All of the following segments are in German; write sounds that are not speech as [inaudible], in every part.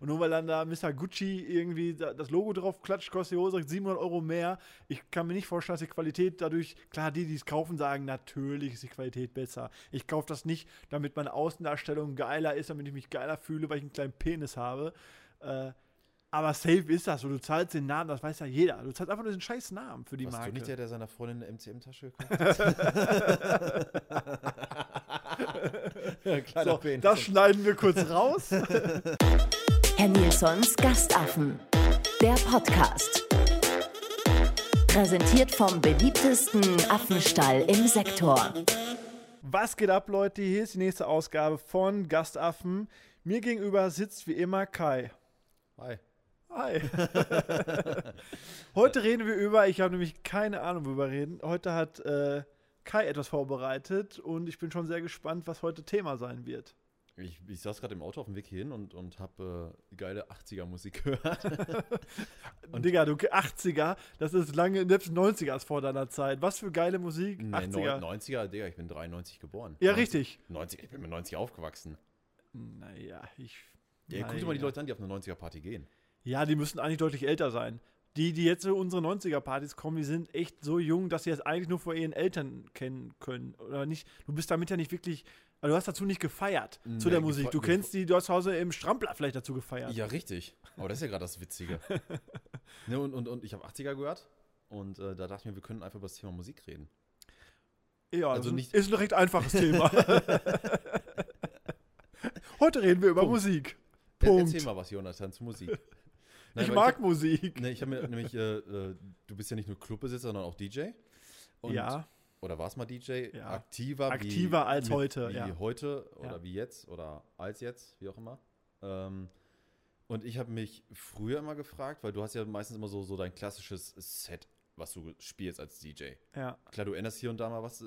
Und nur weil dann da Mr. Gucci irgendwie da- das Logo drauf klatscht, kostet die Hose direkt 700 Euro mehr. Ich kann mir nicht vorstellen, dass die Qualität dadurch, klar, die, die es kaufen, sagen, natürlich ist die Qualität besser. Ich kaufe das nicht, damit meine Außendarstellung geiler ist, damit ich mich geiler fühle, weil ich einen kleinen Penis habe. Äh, aber safe ist das. So, du zahlst den Namen, das weiß ja jeder. Du zahlst einfach nur den scheiß Namen für die Warst Marke. du nicht der, der seiner Freundin eine MCM-Tasche [laughs] gekauft hat? Kleiner so, Penis. das schneiden wir kurz [laughs] raus. Herr Nilsons Gastaffen. Der Podcast. Präsentiert vom beliebtesten Affenstall im Sektor. Was geht ab, Leute? Hier ist die nächste Ausgabe von Gastaffen. Mir gegenüber sitzt wie immer Kai. Hi. [laughs] Hi. Heute reden wir über, ich habe nämlich keine Ahnung, worüber wir reden. Heute hat äh, Kai etwas vorbereitet und ich bin schon sehr gespannt, was heute Thema sein wird. Ich, ich saß gerade im Auto auf dem Weg hierhin und, und habe äh, geile [laughs] 80er-Musik gehört. Und Digga, du 80er, das ist lange, selbst 90er ist vor deiner Zeit. Was für geile Musik. Nee, 80er. 90er, Digga, ich bin 93 geboren. Ja, 90 richtig. 90, ich bin mit 90 aufgewachsen. Naja, ich. Ja, guck dir naja. mal die Leute an, die auf eine 90er-Party gehen. Ja, die müssen eigentlich deutlich älter sein. Die, die jetzt zu unseren 90er-Partys kommen, die sind echt so jung, dass sie das eigentlich nur vor ihren Eltern kennen können. Oder nicht, du bist damit ja nicht wirklich, also du hast dazu nicht gefeiert zu Nee, der Musik. gefeiert- Du kennst die, du hast zu Hause im Strampler vielleicht dazu gefeiert. Ja, richtig. Aber das ist ja gerade [laughs] das Witzige. ne, und, und, und ich habe 80er gehört und äh, da dachte ich mir, wir können einfach über das Thema Musik reden. Ja, also also nicht- nicht ist ein recht einfaches [laughs] Thema. [laughs] Heute reden wir über Musik. Er- Punkt. Erzähl mal was, Jonathan, [laughs] zu Musik. Nein, ich weil mag Ich Musik. hab, ne, ich habe mir nämlich, äh, äh, du bist ja nicht nur Clubbesitzer, sondern auch DJ. Und- ja, Oder warst mal DJ? Ja. Aktiver, Aktiver als mit- heute, Wie ja. heute oder Ja. wie jetzt oder als jetzt, wie auch immer. Ähm, und ich habe mich früher immer gefragt, weil du hast ja meistens immer so, so dein klassisches Set, was du spielst als DJ. ja. Klar, du änderst hier und da mal was. äh,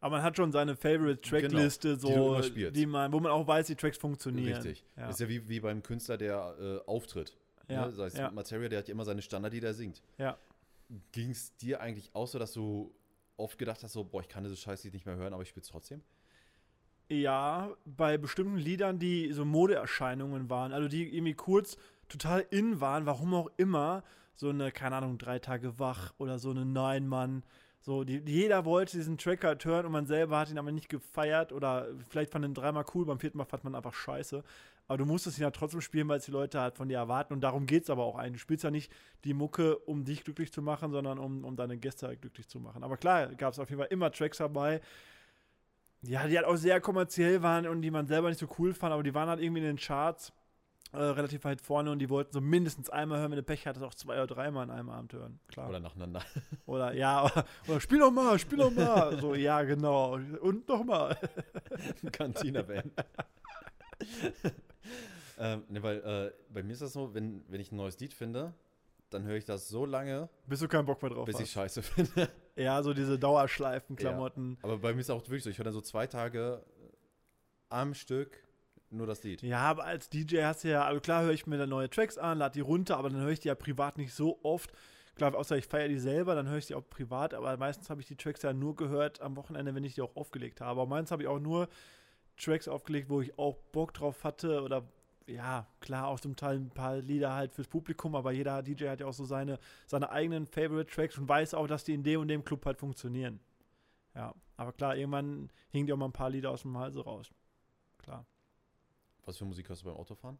Aber man hat schon seine Favorite-Trackliste, Genau, die du so, immer die, spielst. man, wo man auch weiß, die Tracks funktionieren. Richtig. Ja. Ist ja wie, wie beim Künstler, der äh, auftritt. Ja, Ne? Sei es ja. Materia, der hat ja immer seine Standard, die der singt. ja. Ging es dir eigentlich auch so, dass du oft gedacht hast, so, boah, ich kann diese Scheiße nicht mehr hören, aber ich spiele es trotzdem? Ja, bei bestimmten Liedern, die so Modeerscheinungen waren, also die irgendwie kurz total in waren, warum auch immer, so eine, keine Ahnung, drei Tage wach oder so eine Nein, Mann. So, die, jeder wollte diesen Track halt hören und man selber hat ihn aber nicht gefeiert oder vielleicht fand ihn dreimal cool, beim vierten Mal fand man einfach scheiße. Aber du musstest ihn ja trotzdem spielen, weil es die Leute halt von dir erwarten und darum geht es aber auch eigentlich. Du spielst ja nicht die Mucke, um dich glücklich zu machen, sondern um, um deine Gäste halt glücklich zu machen. Aber klar, gab es auf jeden Fall immer Tracks dabei, ja, die halt auch sehr kommerziell waren und die man selber nicht so cool fand, aber die waren halt irgendwie in den Charts äh, relativ weit vorne und die wollten so mindestens einmal hören, wenn du Pech hattest, auch zwei oder dreimal an einem Abend hören. Klar. Oder Oder, nacheinander? ja, [laughs] oder, oder spiel doch mal, spiel doch mal. so, ja, genau. Und nochmal. Cantina Van. ähm, ne, weil äh, bei mir ist das so, wenn, wenn ich ein neues Lied finde, dann höre ich das so lange, [laughs] Bis du keinen Bock mehr drauf bis ich hast. Scheiße [laughs] finde. Ja, so diese Dauerschleifen-Klamotten. Aber bei mir ist auch wirklich so, ich höre dann so zwei Tage äh, am Stück nur das Lied. Ja. aber als DJ hast du ja, also klar höre ich mir dann neue Tracks an, lade die runter, aber dann höre ich die ja privat nicht so oft. Klar, außer ich feiere die selber, dann höre ich die auch privat, aber meistens habe ich die Tracks ja nur gehört am Wochenende, wenn ich die auch aufgelegt habe. Aber meistens habe ich auch nur Tracks aufgelegt, wo ich auch Bock drauf hatte oder ja, klar, auch zum Teil ein paar Lieder halt fürs Publikum, aber jeder DJ hat ja auch so seine, seine eigenen Favorite-Tracks und weiß auch, dass die in dem und dem Club halt funktionieren. Ja, aber klar, irgendwann hingen dir auch mal ein paar Lieder aus dem Halse raus. Klar. Was für Musik hörst du beim Autofahren?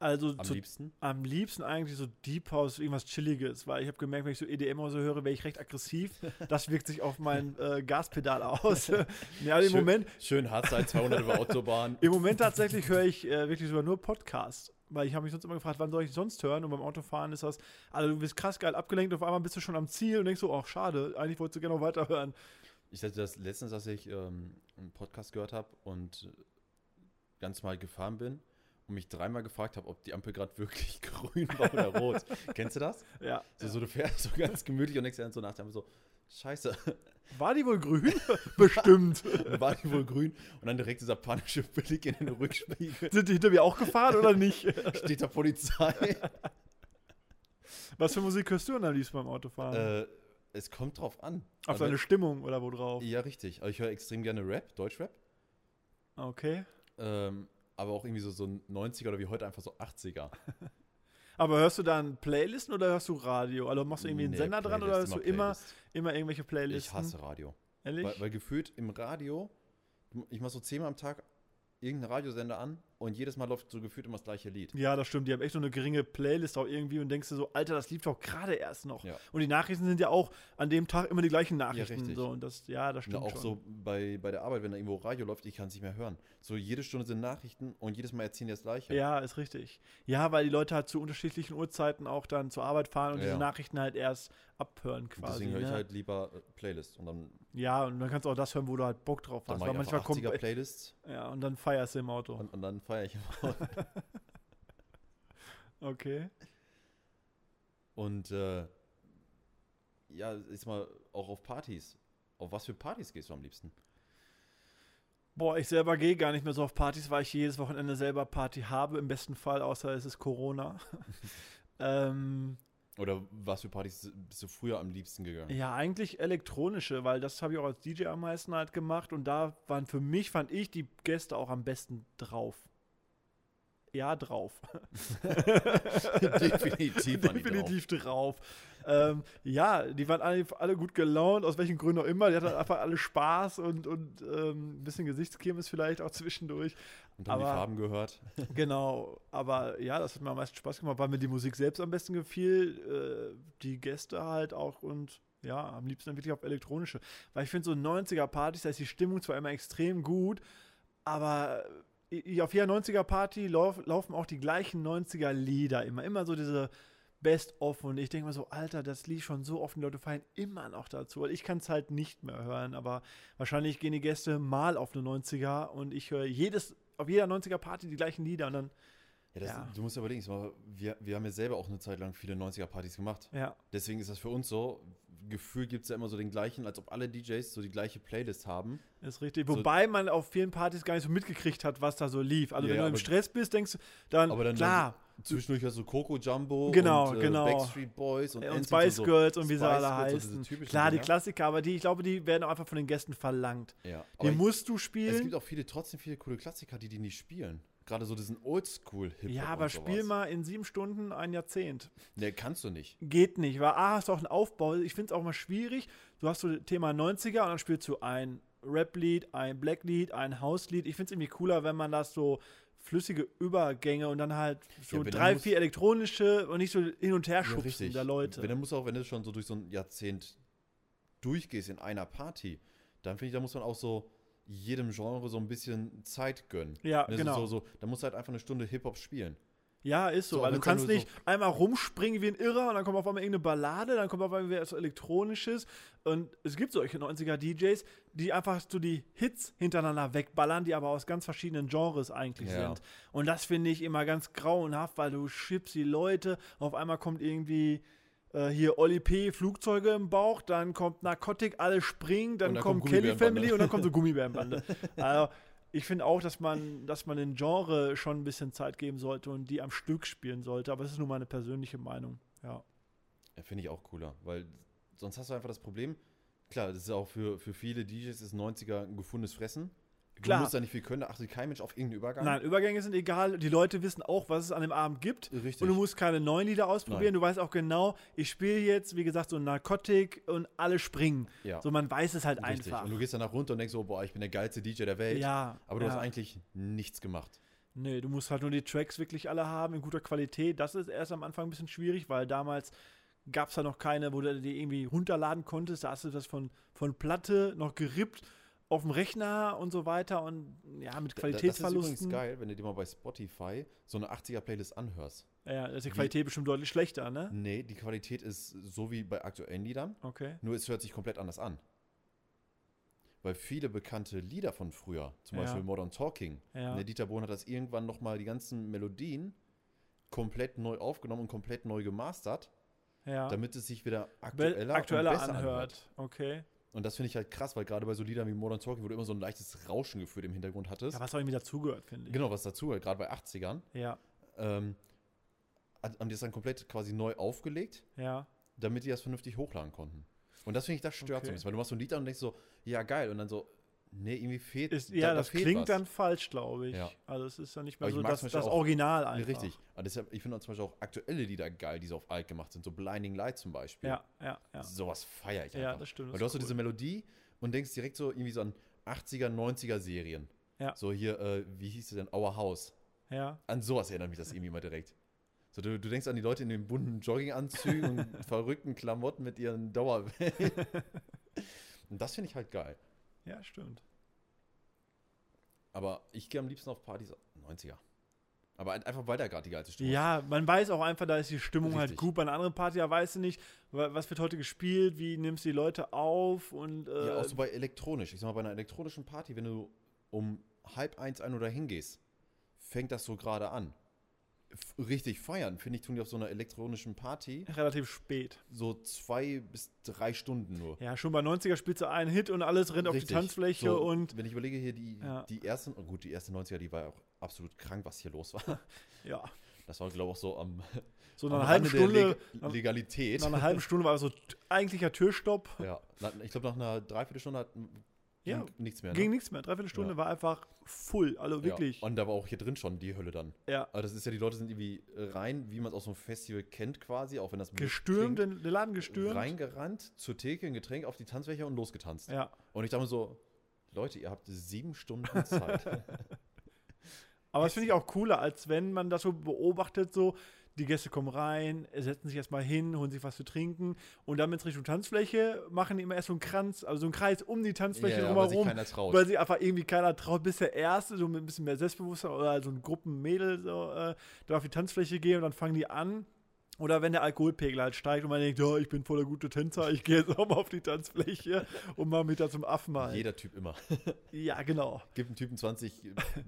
Also Am zu, liebsten? am liebsten eigentlich so Deep House, irgendwas Chilliges, weil ich habe gemerkt, wenn ich so EDM oder so höre, werde ich recht aggressiv. Das wirkt sich auf [laughs] mein äh, Gaspedal aus. [laughs] ja, im Schön- Moment, Schön Hardside 200 [laughs] über Autobahn. im Moment tatsächlich höre ich äh, wirklich sogar nur Podcasts. Weil ich habe mich sonst immer gefragt, wann soll ich sonst hören? Und beim Autofahren ist das, also du bist krass geil abgelenkt, auf einmal bist du schon am Ziel und denkst so, ach schade, eigentlich wolltest du gerne noch weiterhören. Ich hatte das letztens, dass ich ähm, einen Podcast gehört habe und ganz mal gefahren bin und mich dreimal gefragt habe, ob die Ampel gerade wirklich [laughs] grün war oder [laughs] rot. Kennst du das? Ja. So, so du fährst so ganz gemütlich und denkst dir dann so nach der Ampel so, scheiße, [laughs] War die wohl grün? Bestimmt. war die wohl grün? Und dann direkt dieser panische Blick in [laughs] den Rückspiegel. Sind die hinter mir auch gefahren oder nicht? Steht da Polizei? Was für Musik hörst du denn am liebsten beim Autofahren? äh, es kommt drauf an. auf Also, deine Stimmung oder worauf? ja, richtig. Also ich höre extrem gerne Rap, Deutschrap. Okay. Ähm, aber auch irgendwie so, so ein 90er oder wie heute einfach so 80er. Aber hörst du dann Playlisten oder hörst du Radio? Also machst du irgendwie einen Nee, Sender dran oder hörst Playlist, du immer, Playlist. immer irgendwelche Playlisten? Ich hasse Radio. Ehrlich? Weil, weil gefühlt im Radio, ich mach so zehnmal am Tag irgendeinen Radiosender an und jedes Mal läuft so gefühlt immer das gleiche Lied. ja, das stimmt. Die haben echt nur eine geringe Playlist auch irgendwie und denkst du so, Alter, das lief doch gerade erst noch. Ja. Und die Nachrichten sind ja auch an dem Tag immer die gleichen Nachrichten. richtig. so, und das, ja, das Ja, stimmt. auch schon. so bei, bei der Arbeit, wenn da irgendwo Radio läuft, ich kann es nicht mehr hören. So jede Stunde sind Nachrichten und jedes Mal erzählen die das gleiche. Ja, ist richtig. Ja, weil die Leute halt zu unterschiedlichen Uhrzeiten auch dann zur Arbeit fahren und Ja. diese Nachrichten halt erst abhören Und quasi. Deswegen höre ich ne? halt lieber äh, Playlist und dann, ja, und dann kannst du auch das hören, wo du halt Bock drauf dann hast. mache Weil ich manchmal einfach kommt. 80er Playlists Ja, und dann feierst du im Auto. und, und dann feiere ich. [laughs] okay. Und äh, ja, ist mal auch auf Partys. Auf was für Partys gehst du am liebsten? Boah, ich selber gehe gar nicht mehr so auf Partys, weil ich jedes Wochenende selber Party habe, im besten Fall, außer es ist Corona. ähm, Oder was für Partys bist du früher am liebsten gegangen? ja, eigentlich elektronische, weil das habe ich auch als DJ am meisten halt gemacht und da waren für mich, fand ich, die Gäste auch am besten drauf. Ja, drauf. [laughs] Definitiv. waren die drauf. Definitiv drauf. Ähm, ja, die waren alle, alle gut gelaunt, aus welchen Gründen auch immer. Die hatten einfach alle Spaß und, und ähm, ein bisschen Gesichtskirmes vielleicht auch [laughs] zwischendurch. Und haben die Aber- Farben gehört. Genau, aber ja, das hat mir am meisten Spaß gemacht, weil mir die Musik selbst am besten gefiel, äh, die Gäste halt auch und ja, am liebsten dann wirklich auf elektronische. Weil ich finde, so 90er-Partys, da ist die Stimmung zwar immer extrem gut, aber äh, i- i- auf jeder 90er-Party lauf, laufen auch die gleichen 90er-Lieder immer. Immer so diese Best-of und ich denke mir so, Alter, das lief schon so oft, die Leute fallen immer noch dazu. Weil ich kann es halt nicht mehr hören, aber wahrscheinlich gehen die Gäste mal auf eine 90er und ich höre jedes, auf jeder 90er-Party die gleichen Lieder und dann, Ja, das, Ja. Du musst ja überlegen, es war- wir, wir haben ja selber auch eine Zeit lang viele 90er-Partys gemacht. ja, Deswegen ist das für uns so, Gefühl gibt es ja immer so den gleichen, als ob alle DJs so die gleiche Playlist haben. ist richtig. So- Wobei man auf vielen Partys gar nicht so mitgekriegt hat, was da so lief. Also Ja, wenn du im aber- Stress bist, denkst du, dann, Aber dann, klar, dann zwischendurch hast du Coco Jumbo Genau, und äh, genau. Backstreet Boys und, und, Anthems Spice so. Girls und wie sie Spice alle Girls, so diese heißen. typischen Klar, die Dinger. Klassiker, aber die, ich glaube, die werden auch einfach von den Gästen verlangt. Ja, Die aber ich, musst du es spielen. gibt auch viele, trotzdem viele coole Klassiker, die die nicht spielen. Gerade so diesen Oldschool-Hip-Hop. Ja, und aber spiel sowas. mal in sieben Stunden ein Jahrzehnt. Ne, kannst du nicht. Geht nicht, weil A hast du auch einen Aufbau. Ich finde es auch mal schwierig. Du hast so das Thema 90er und dann spielst du ein Rap-Lied, ein Black-Lied, ein House-Lied. Ich finde es irgendwie cooler, wenn man das so flüssige Übergänge und dann halt Ja, so wenn dann drei, muss- vier elektronische und nicht so hin und her Ja, schubsen der Leute. Wenn, dann muss auch, wenn du schon so durch so ein Jahrzehnt durchgehst in einer Party, dann finde ich, da muss man auch so jedem Genre so ein bisschen Zeit gönnen. Ja, Ne, so- genau. So, so, da musst du halt einfach eine Stunde Hip-Hop spielen. Ja, ist so. So, weil aber du wenn's dann kannst nur nicht einmal rumspringen wie ein Irrer und dann kommt auf einmal irgendeine Ballade, dann kommt auf einmal wieder so Elektronisches. Und es gibt solche 90er-DJs, die einfach so die Hits hintereinander wegballern, die aber aus ganz verschiedenen Genres eigentlich Ja. sind. Und das finde ich immer ganz grauenhaft, weil du schippst die Leute, auf einmal kommt irgendwie. äh, Hier Oli P. Flugzeuge im Bauch, dann kommt Narkotik, alle springen, dann, Und dann kommt kommt Kelly Family Gummibärenbande. und dann [laughs] kommt so Gummibärenbande. also, ich finde auch, dass man, dass man den Genre schon ein bisschen Zeit geben sollte und die am Stück spielen sollte, aber es ist nur meine persönliche Meinung. Ja. Ja, finde ich auch cooler, weil sonst hast du einfach das Problem, klar, das ist auch für, für viele DJs ist 90er ein gefundenes Fressen. Klar. Du musst da nicht viel können, da achtet kein Mensch auf irgendeinen Übergang. Nein, Übergänge sind egal, die Leute wissen auch, was es an dem Abend gibt. Richtig. Und du musst keine neuen Lieder ausprobieren, Nein. du weißt auch genau, ich spiele jetzt, wie gesagt, so ein Narkotik und alle springen. Ja. So, man weiß es halt Richtig. einfach. Und du gehst danach runter und denkst so, boah, ich bin der geilste DJ der Welt. Ja, Aber du ja. hast eigentlich nichts gemacht. Nee, du musst halt nur die Tracks wirklich alle haben in guter Qualität. Das ist erst am Anfang ein bisschen schwierig, weil damals gab es ja noch keine, wo du die irgendwie runterladen konntest. Da hast du das von, von Platte noch gerippt auf dem Rechner und so weiter und ja, mit Da- Das ist Qualitätsverlusten. übrigens geil, wenn du dir mal bei Spotify so eine 80er-Playlist anhörst. ja, da ist die Qualität bestimmt deutlich schlechter, ne? Nee, die Qualität ist so wie bei aktuellen Liedern, Okay. nur es hört sich komplett anders an. Weil viele bekannte Lieder von früher, zum Ja. Beispiel Modern Talking, Ja. ne, Dieter Bohlen hat das irgendwann nochmal die ganzen Melodien komplett neu aufgenommen und komplett neu gemastert, Ja. damit es sich wieder Be- aktueller, aktueller und besser anhört. anhört. Okay. Und das finde ich halt krass, weil gerade bei so Liedern wie Modern Talking, wo du immer so ein leichtes Rauschen gefühlt im Hintergrund hattest. Ja, was auch irgendwie dazugehört, finde ich. genau, was dazu, halt, gerade bei 80ern, Ja, ähm, hat- haben die das dann komplett quasi neu aufgelegt ja. damit die das vernünftig hochladen konnten. Und das finde ich, das stört Okay. zumindest, weil du machst so ein Lied an und denkst so, ja geil, und dann so, Nee, irgendwie fehlt. Ist, da- ja, da das fehlt klingt was. dann falsch, glaube ich. Ja. Also es ist dann nicht mehr Aber ich so mag das, zum Beispiel das auch- Original Nee, einfach. Richtig. Aber deshalb, ich finde auch zum Beispiel auch aktuelle Lieder geil, die so auf alt gemacht sind. So Blinding Light zum Beispiel. Ja, ja, ja. Sowas feiere ich einfach. Ja, das stimmt, das Weil du hast ist so diese Melodie und denkst direkt so irgendwie so an 80er, 90er Serien. Ja. So hier, äh, wie hieß sie denn? Our House. Ja, An sowas erinnert mich das irgendwie immer direkt. So, du, du denkst an die Leute in den bunten Jogginganzügen [laughs] und verrückten Klamotten mit ihren Dauerwellen. [laughs] und das finde ich halt geil. ja, stimmt. Aber ich gehe am liebsten auf Partys 90er. Aber halt einfach weil da gerade die geilste Stimmung. ist. Ja, man weiß auch einfach, da ist die Stimmung halt Richtig. gut. Bei einer anderen Party, da weißt du nicht, wa- was wird heute gespielt, wie nimmst du die Leute auf und äh, ja, auch so bei elektronisch. Ich sag mal, bei einer elektronischen Party, wenn du um halb eins ein oder hingehst, fängt das so gerade an. F richtig feiern, finde ich, tun die auf so einer elektronischen Party relativ spät. so zwei bis drei Stunden nur. Ja, schon bei 90er spielst du einen Hit und alles rennt auf die Richtig. Tanzfläche So, und Wenn ich überlege, hier die, Ja. die ersten, oh gut, die ersten 90er, die war ja auch absolut krank, was hier [laughs] los war. ja, Das war, glaube ich, auch so am, so am nach einer halben Rande der Stunde, Leg- nach, Legalität. nach einer halben Stunde war so t- eigentlicher Türstopp, [laughs] ja. Na, Ich glaube, nach einer Dreiviertelstunde hat ging Ja, nichts mehr. ging ne? nichts mehr. Dreiviertel Stunde Ja. war einfach full, also wirklich. Ja. Und da war auch hier drin schon die Hölle dann. Ja. Aber das ist ja, die Leute sind irgendwie rein, wie man es aus so einem Festival kennt quasi, auch wenn das blöd Gestürmt, klingt, den den Laden gestürmt. reingerannt, zur Theke, ein Getränk, auf die Tanzfläche und losgetanzt. Ja. Und ich dachte mir so, Leute, ihr habt sieben Stunden [laughs] Zeit. Aber das finde ich auch cooler, als wenn man das so beobachtet, so die Gäste kommen rein, setzen sich erstmal hin, holen sich was zu trinken und dann, wenn es Richtung Tanzfläche, machen die immer erst so einen Kranz, also so einen Kreis um die Tanzfläche Ja, ja, weil sich drumherum. keiner traut. Weil sich einfach irgendwie keiner traut, bis der Erste, so mit ein bisschen mehr Selbstbewusstsein oder so ein Gruppenmädel so, äh, da auf die Tanzfläche gehen und dann fangen die an. Oder wenn der Alkoholpegel halt steigt und man denkt, ja, ich bin voll der gute Tänzer, ich gehe jetzt [laughs] auch mal auf die Tanzfläche und mache mich da zum Affen mal. Jeder Typ immer. Ja, genau. Gib einem Typen 20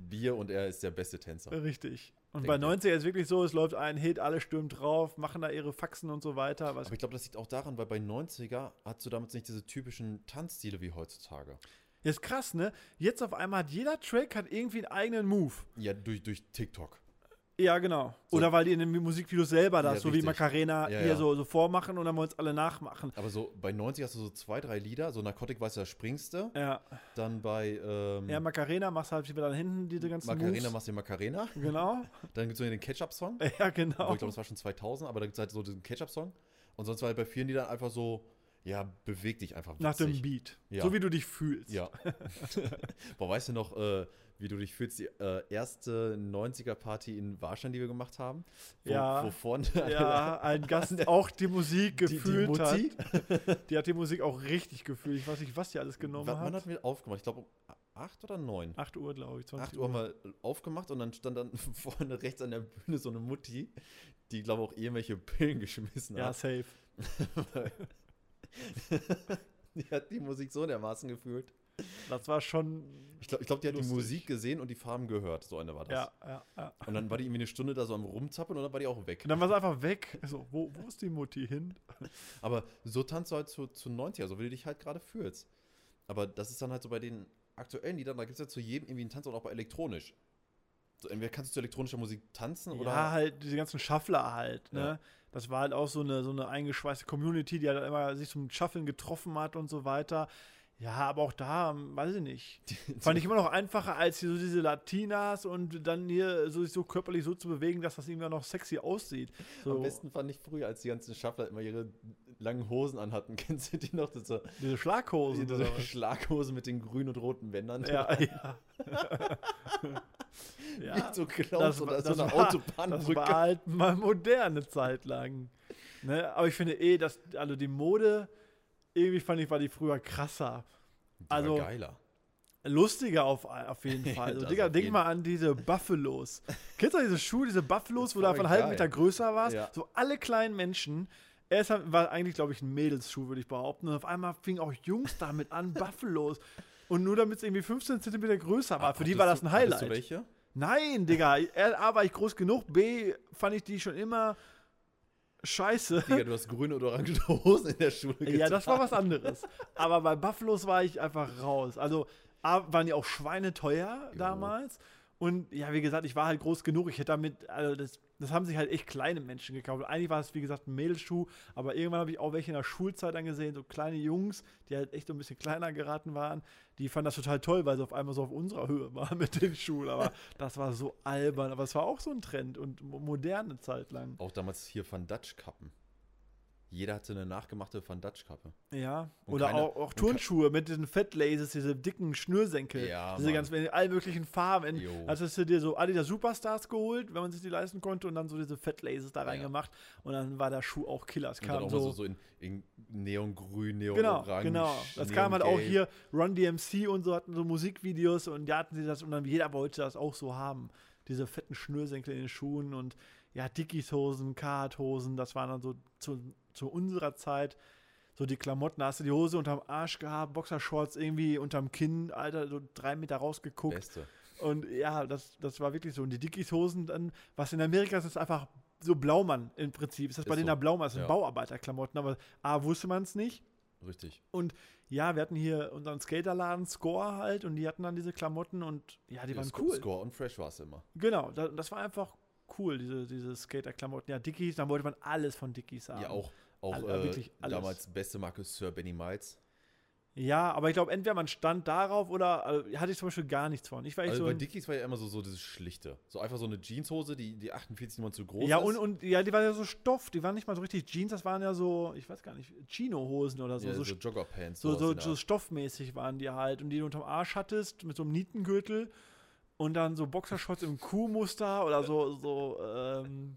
Bier und er ist der beste Tänzer. Richtig. Und Denke bei ich. 90 ist wirklich so, es läuft ein Hit, alle stürmen drauf, machen da ihre Faxen und so weiter. Was Aber ich glaube, das liegt auch daran, weil bei 90er hast du damals nicht diese typischen Tanzstile wie heutzutage. Ja, ist krass, ne? Jetzt auf einmal hat jeder Track hat irgendwie einen eigenen Move. Ja, durch, durch TikTok. Ja, genau. So. Oder weil die in den Musikvideos selber das, Ja, so wie richtig. Macarena Ja, hier ja. So, so vormachen und dann wollen es alle nachmachen. Aber so bei 90 hast du so zwei, drei Lieder, so Narkotik weiß da springst du. Ja, Dann bei ähm, ja Macarena machst halt wieder dann hinten diese ganzen Macarena Moves. machst du den Macarena. Genau. [laughs] Dann gibt es den Ketchup-Song. Obwohl, Ja, Ich genau. glaube, das war schon 2000, aber da gibt es halt so den Ketchup-Song. Und sonst war halt bei vielen Liedern einfach so, ja, beweg dich einfach. Nach dem witzig. Beat. Ja. So wie du dich fühlst. Ja. [laughs] Boah, weißt du noch, äh, wie du dich fühlst, die äh, erste 90er-Party in Warstein, die wir gemacht haben? Wo, Ja. Wo vorne Ja, ein Gast auch die Musik [laughs] die, die [laughs] gefühlt Mutti, hat. Die hat die Musik auch richtig gefühlt. Ich weiß nicht, was die alles genommen wann, wann hat. hatten wir aufgemacht? Ich glaube, um 8 oder 9? 8 Uhr, glaube ich. 20 8 Uhr haben wir aufgemacht und dann stand dann [laughs] vorne rechts an der Bühne so eine Mutti, die, glaube ich, auch irgendwelche Pillen geschmissen Ja, hat. safe. [laughs] Die hat die Musik so dermaßen gefühlt. Das war schon. Ich glaube, ich glaub, die hat Lustig. die Musik gesehen und die Farben gehört. So eine war das. Ja, ja, ja. Und dann war die irgendwie eine Stunde da so am Rumzappen und dann war die auch weg. Und dann war es einfach weg. So, wo, wo ist die Mutti hin? Aber so tanzt du halt zu, zu 90er, so wie du dich halt gerade fühlst. Aber das ist dann halt so bei den aktuellen Liedern, da gibt es ja zu jedem irgendwie einen Tanz und auch bei elektronisch. So, entweder kannst du zu elektronischer Musik tanzen ja, oder. halt diese ganzen Schaffler halt. Ne? Ja. Das war halt auch so eine, so eine eingeschweißte Community, die halt immer sich zum Schaffeln getroffen hat und so weiter. Ja, aber auch da, hm, weiß ich nicht. Fand ich immer noch einfacher als hier so diese Latinas und dann hier so, sich so körperlich so zu bewegen, dass das irgendwie noch sexy aussieht. So Am besten fand ich früher, als die ganzen Schaffler immer ihre langen Hosen anhatten. [laughs] Kennst du die noch? Diese, diese Schlaghosen. diese oder [laughs] was? Schlaghosen mit den grünen und roten Bändern. [laughs] ja, ja. [laughs] ja. Nicht so klaus Das, oder war- so das, war, eine das war Autobahnbrücke. halt mal moderne Zeit lang. Ne? Aber ich finde eh, dass, also die Mode, irgendwie fand ich, war die früher krasser. also- geiler. Lustiger auf, auf [laughs] jeden Fall. Also, Das Digga, auf denk jeden mal an diese [laughs] Buffalos. Kennst du diese Schuhe, diese Buffalos, Ist wo du voll einfach einen halben geil. Meter größer warst? Ja. So alle kleinen Menschen. Er ist, halt- war eigentlich, glaube ich, ein Mädelsschuh, würde ich behaupten. Und auf einmal fingen auch Jungs damit an, [laughs] Buffalos. Und nur damit es irgendwie 15 Zentimeter größer war. Für die Hattest war das ein du- hattest Highlight. Du welche? Nein, Digga. Er- A war ich groß genug, B fand ich die schon immer scheiße. Digga, du hast grüne oder orange [laughs] Hosen in der Schule Ja, das war was anderes. Aber bei Buffaloes war ich einfach raus. Also A waren die auch schweineteuer damals. Und ja, wie gesagt, ich war halt groß genug. Ich hätte damit, also das, das haben sich halt echt kleine Menschen gekauft. Eigentlich war es, wie gesagt, ein Mädelschuh, aber irgendwann habe ich auch welche in der Schulzeit angesehen, so kleine Jungs, die halt echt so ein bisschen kleiner geraten waren. Die fanden das total toll, weil sie auf einmal so auf unserer Höhe waren [laughs] mit den Schuhen. Aber das war so albern. Aber es war auch so ein Trend und mo- moderne Zeit lang. Auch damals hier Van Dutch-Kappen. Jeder hatte eine nachgemachte Van Dutch-Kappe. Ja. Und Oder keine- auch, auch und ke- Turnschuhe mit diesen Fettlaces, diese dicken Schnürsenkel. Ja, diese Mann. ganz in allen möglichen Farben. Jo. Hattest du dir so Adidas Superstars geholt, wenn man sich die leisten konnte, und dann so diese Fettlaces da Ja. reingemacht. Und dann war der Schuh auch Killer. Es Und dann kam auch so, mal so, so in, in Neongrün, Genau, Neonorange. genau. Das kam halt auch Neongelb. hier, Run DMC und so hatten so Musikvideos und da hatten sie das und dann jeder wollte das auch so haben. Diese fetten Schnürsenkel in den Schuhen und ja, Dickies-Hosen, Kart-Hosen, das waren dann so zu, zu unserer Zeit so die Klamotten. Da hast du die Hose unterm Arsch gehabt, Boxershorts irgendwie unterm Kinn, Alter, so drei Meter rausgeguckt. Beste. Und ja, das, das war wirklich so. Und die Dickies-Hosen dann, was in Amerika ist, ist einfach so Blaumann im Prinzip. Ist das bei Ist denen so, da Blaumann? Das sind ja. Bauarbeiterklamotten, aber A, wusste man es nicht. Richtig. Und ja, wir hatten hier unseren Skaterladen Score halt und die hatten dann diese Klamotten und ja, die Ja, waren Sc- cool. Score und Fresh war es immer. Genau, da, das war einfach cool, diese, diese Skater-Klamotten. Ja, Dickies, dann wollte man alles von Dickies haben. Ja, auch, auch Alle- äh, wirklich alles. damals beste Marke Sir Benny Miles. Ja, aber ich glaube, entweder man stand darauf oder also, hatte ich zum Beispiel gar nichts von. Ich war echt Also so. bei ein- Dickies war ja immer so, so dieses Schlichte. So einfach so eine Jeanshose, die, die 48 niemand zu groß ja, ist. und, und ja, die waren ja so Stoff, die waren nicht mal so richtig Jeans, das waren ja so, ich weiß gar nicht, Chino-Hosen oder so. ja, so so, Joggerpants. So, sowas in so, der so Art. stoffmäßig waren die halt und die du unterm Arsch hattest mit so einem Nietengürtel und dann so Boxershorts im Kuhmuster oder so so ähm,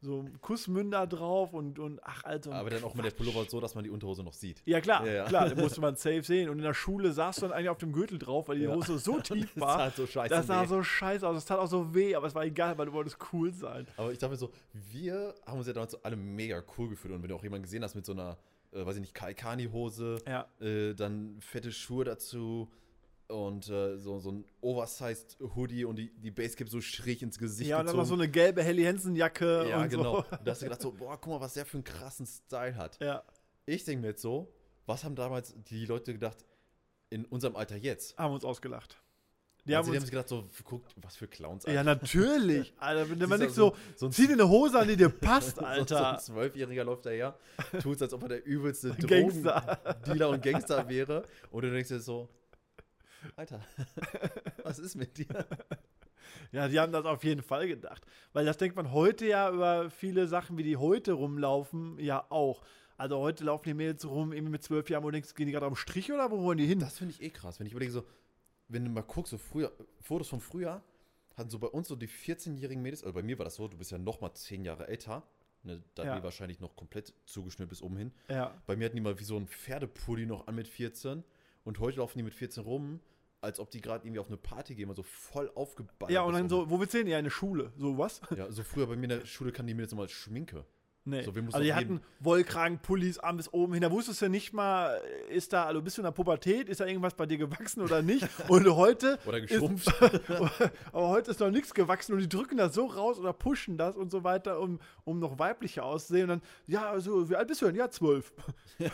so Kussmünder drauf und und ach also Aber dann auch mal der Pullover so, dass man die Unterhose noch sieht. ja klar Ja, ja. [laughs] klar den musste man safe sehen und in der Schule saß du dann eigentlich auf dem Gürtel drauf weil die Ja. Hose so tief [laughs] Das war tat so scheiße das sah weh. so scheiße aus das tat auch so weh aber es war egal weil du wolltest cool sein Aber ich dachte mir so, wir haben uns ja damals so alle mega cool gefühlt. Und wenn du auch jemanden gesehen hast mit so einer, äh, weiß ich nicht, Kaikani-Hose, Ja. äh, dann fette Schuhe dazu und äh, so, so ein oversized Hoodie und die, die Basecap so schräg ins Gesicht ja und dann gezogen. noch so eine gelbe Helly Hansen Jacke ja, und genau. so. Und da hast du gedacht so, boah, guck mal, was der für einen krassen Style hat. [laughs] ja Ich denke mir jetzt so, was haben damals die Leute gedacht in unserem Alter jetzt? haben uns ausgelacht die Die haben haben, die uns haben sich gedacht so, guck, was für Clowns, Ja, [laughs] natürlich. Alter, wenn man Siehst du, nicht so, so ein- zieh dir eine Hose an, die dir [laughs] passt, [laughs] So, so Alter. ein Zwölfjähriger läuft daher, tut als ob er der übelste [laughs] Gangster. Drogendealer und Gangster wäre. Und du denkst dir so, Alter, [laughs] was ist mit dir? Ja, die haben das auf jeden Fall gedacht. Weil das denkt man heute ja über viele Sachen, wie die heute rumlaufen, ja auch. Also heute laufen die Mädels rum, irgendwie mit zwölf Jahren, wo du denkst, gehen die gerade am Strich oder wo wollen die hin? Das finde ich eh krass, wenn ich überlege so, wenn du mal guckst, so früher, Fotos von früher, hatten so bei uns so die 14-jährigen Mädels, also bei mir war das so, du bist ja noch mal 10 Jahre älter, ne, da Ja. ja. wahrscheinlich noch komplett zugeschnürt bis oben hin. ja. Bei mir hatten die mal wie so ein Pferdepulli noch an mit 14 und heute laufen die mit 14 rum, als ob die gerade irgendwie auf eine Party gehen, mal so voll aufgeballert. ja, und bis um dann oben so, wo willst du hin? Ja, in der Schule. So, was? Ja, so früher bei mir in der Schule kann die mir jetzt mal Schminke. Nee. So, wir mussten also die auf jeden- hatten Wollkragenpullis arm bis oben hin. Da wusstest du nicht mal, ist da, also bist du in der Pubertät, ist da irgendwas bei dir gewachsen oder nicht? [laughs] Und heute. [laughs] Oder geschrumpft. Ist, aber heute ist noch nichts gewachsen und die drücken das so raus oder pushen das und so weiter, um, um noch weiblicher auszusehen. Und dann, ja, also, wie alt bist du denn? Ja, zwölf.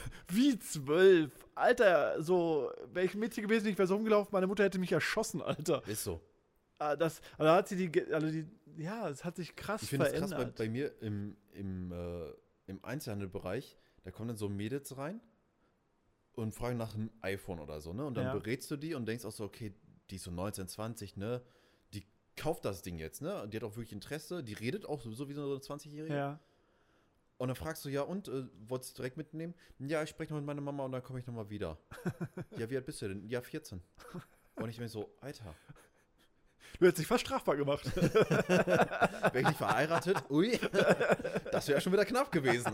[laughs] wie zwölf? Alter, so, wäre ich ein Mädchen gewesen, ich wäre so rumgelaufen, meine Mutter hätte mich erschossen, Alter. Ist so. Ah, Das, also hat sie die, ge- also die, ja, es hat sich krass Ich finde das verändert. krass, bei, bei mir im, im, äh, im Einzelhandelbereich, da kommen dann so Mädels rein und fragen nach einem iPhone oder so, ne? Und dann Ja. berätst du die und denkst auch so, okay, die ist so 19, 20, ne? Die kauft das Ding jetzt, ne? Die hat auch wirklich Interesse, die redet auch so wie so eine 20-Jährige. ja. Und dann fragst du, ja und, äh, wolltest du direkt mitnehmen? Ja, ich spreche noch mit meiner Mama und dann komme ich nochmal [laughs] wieder. ja, wie alt bist du denn? Ja, 14. Und ich bin so, Alter. Du hättest dich fast strafbar [laughs] gemacht. Wäre ich nicht verheiratet? Ui, das wäre schon wieder knapp gewesen.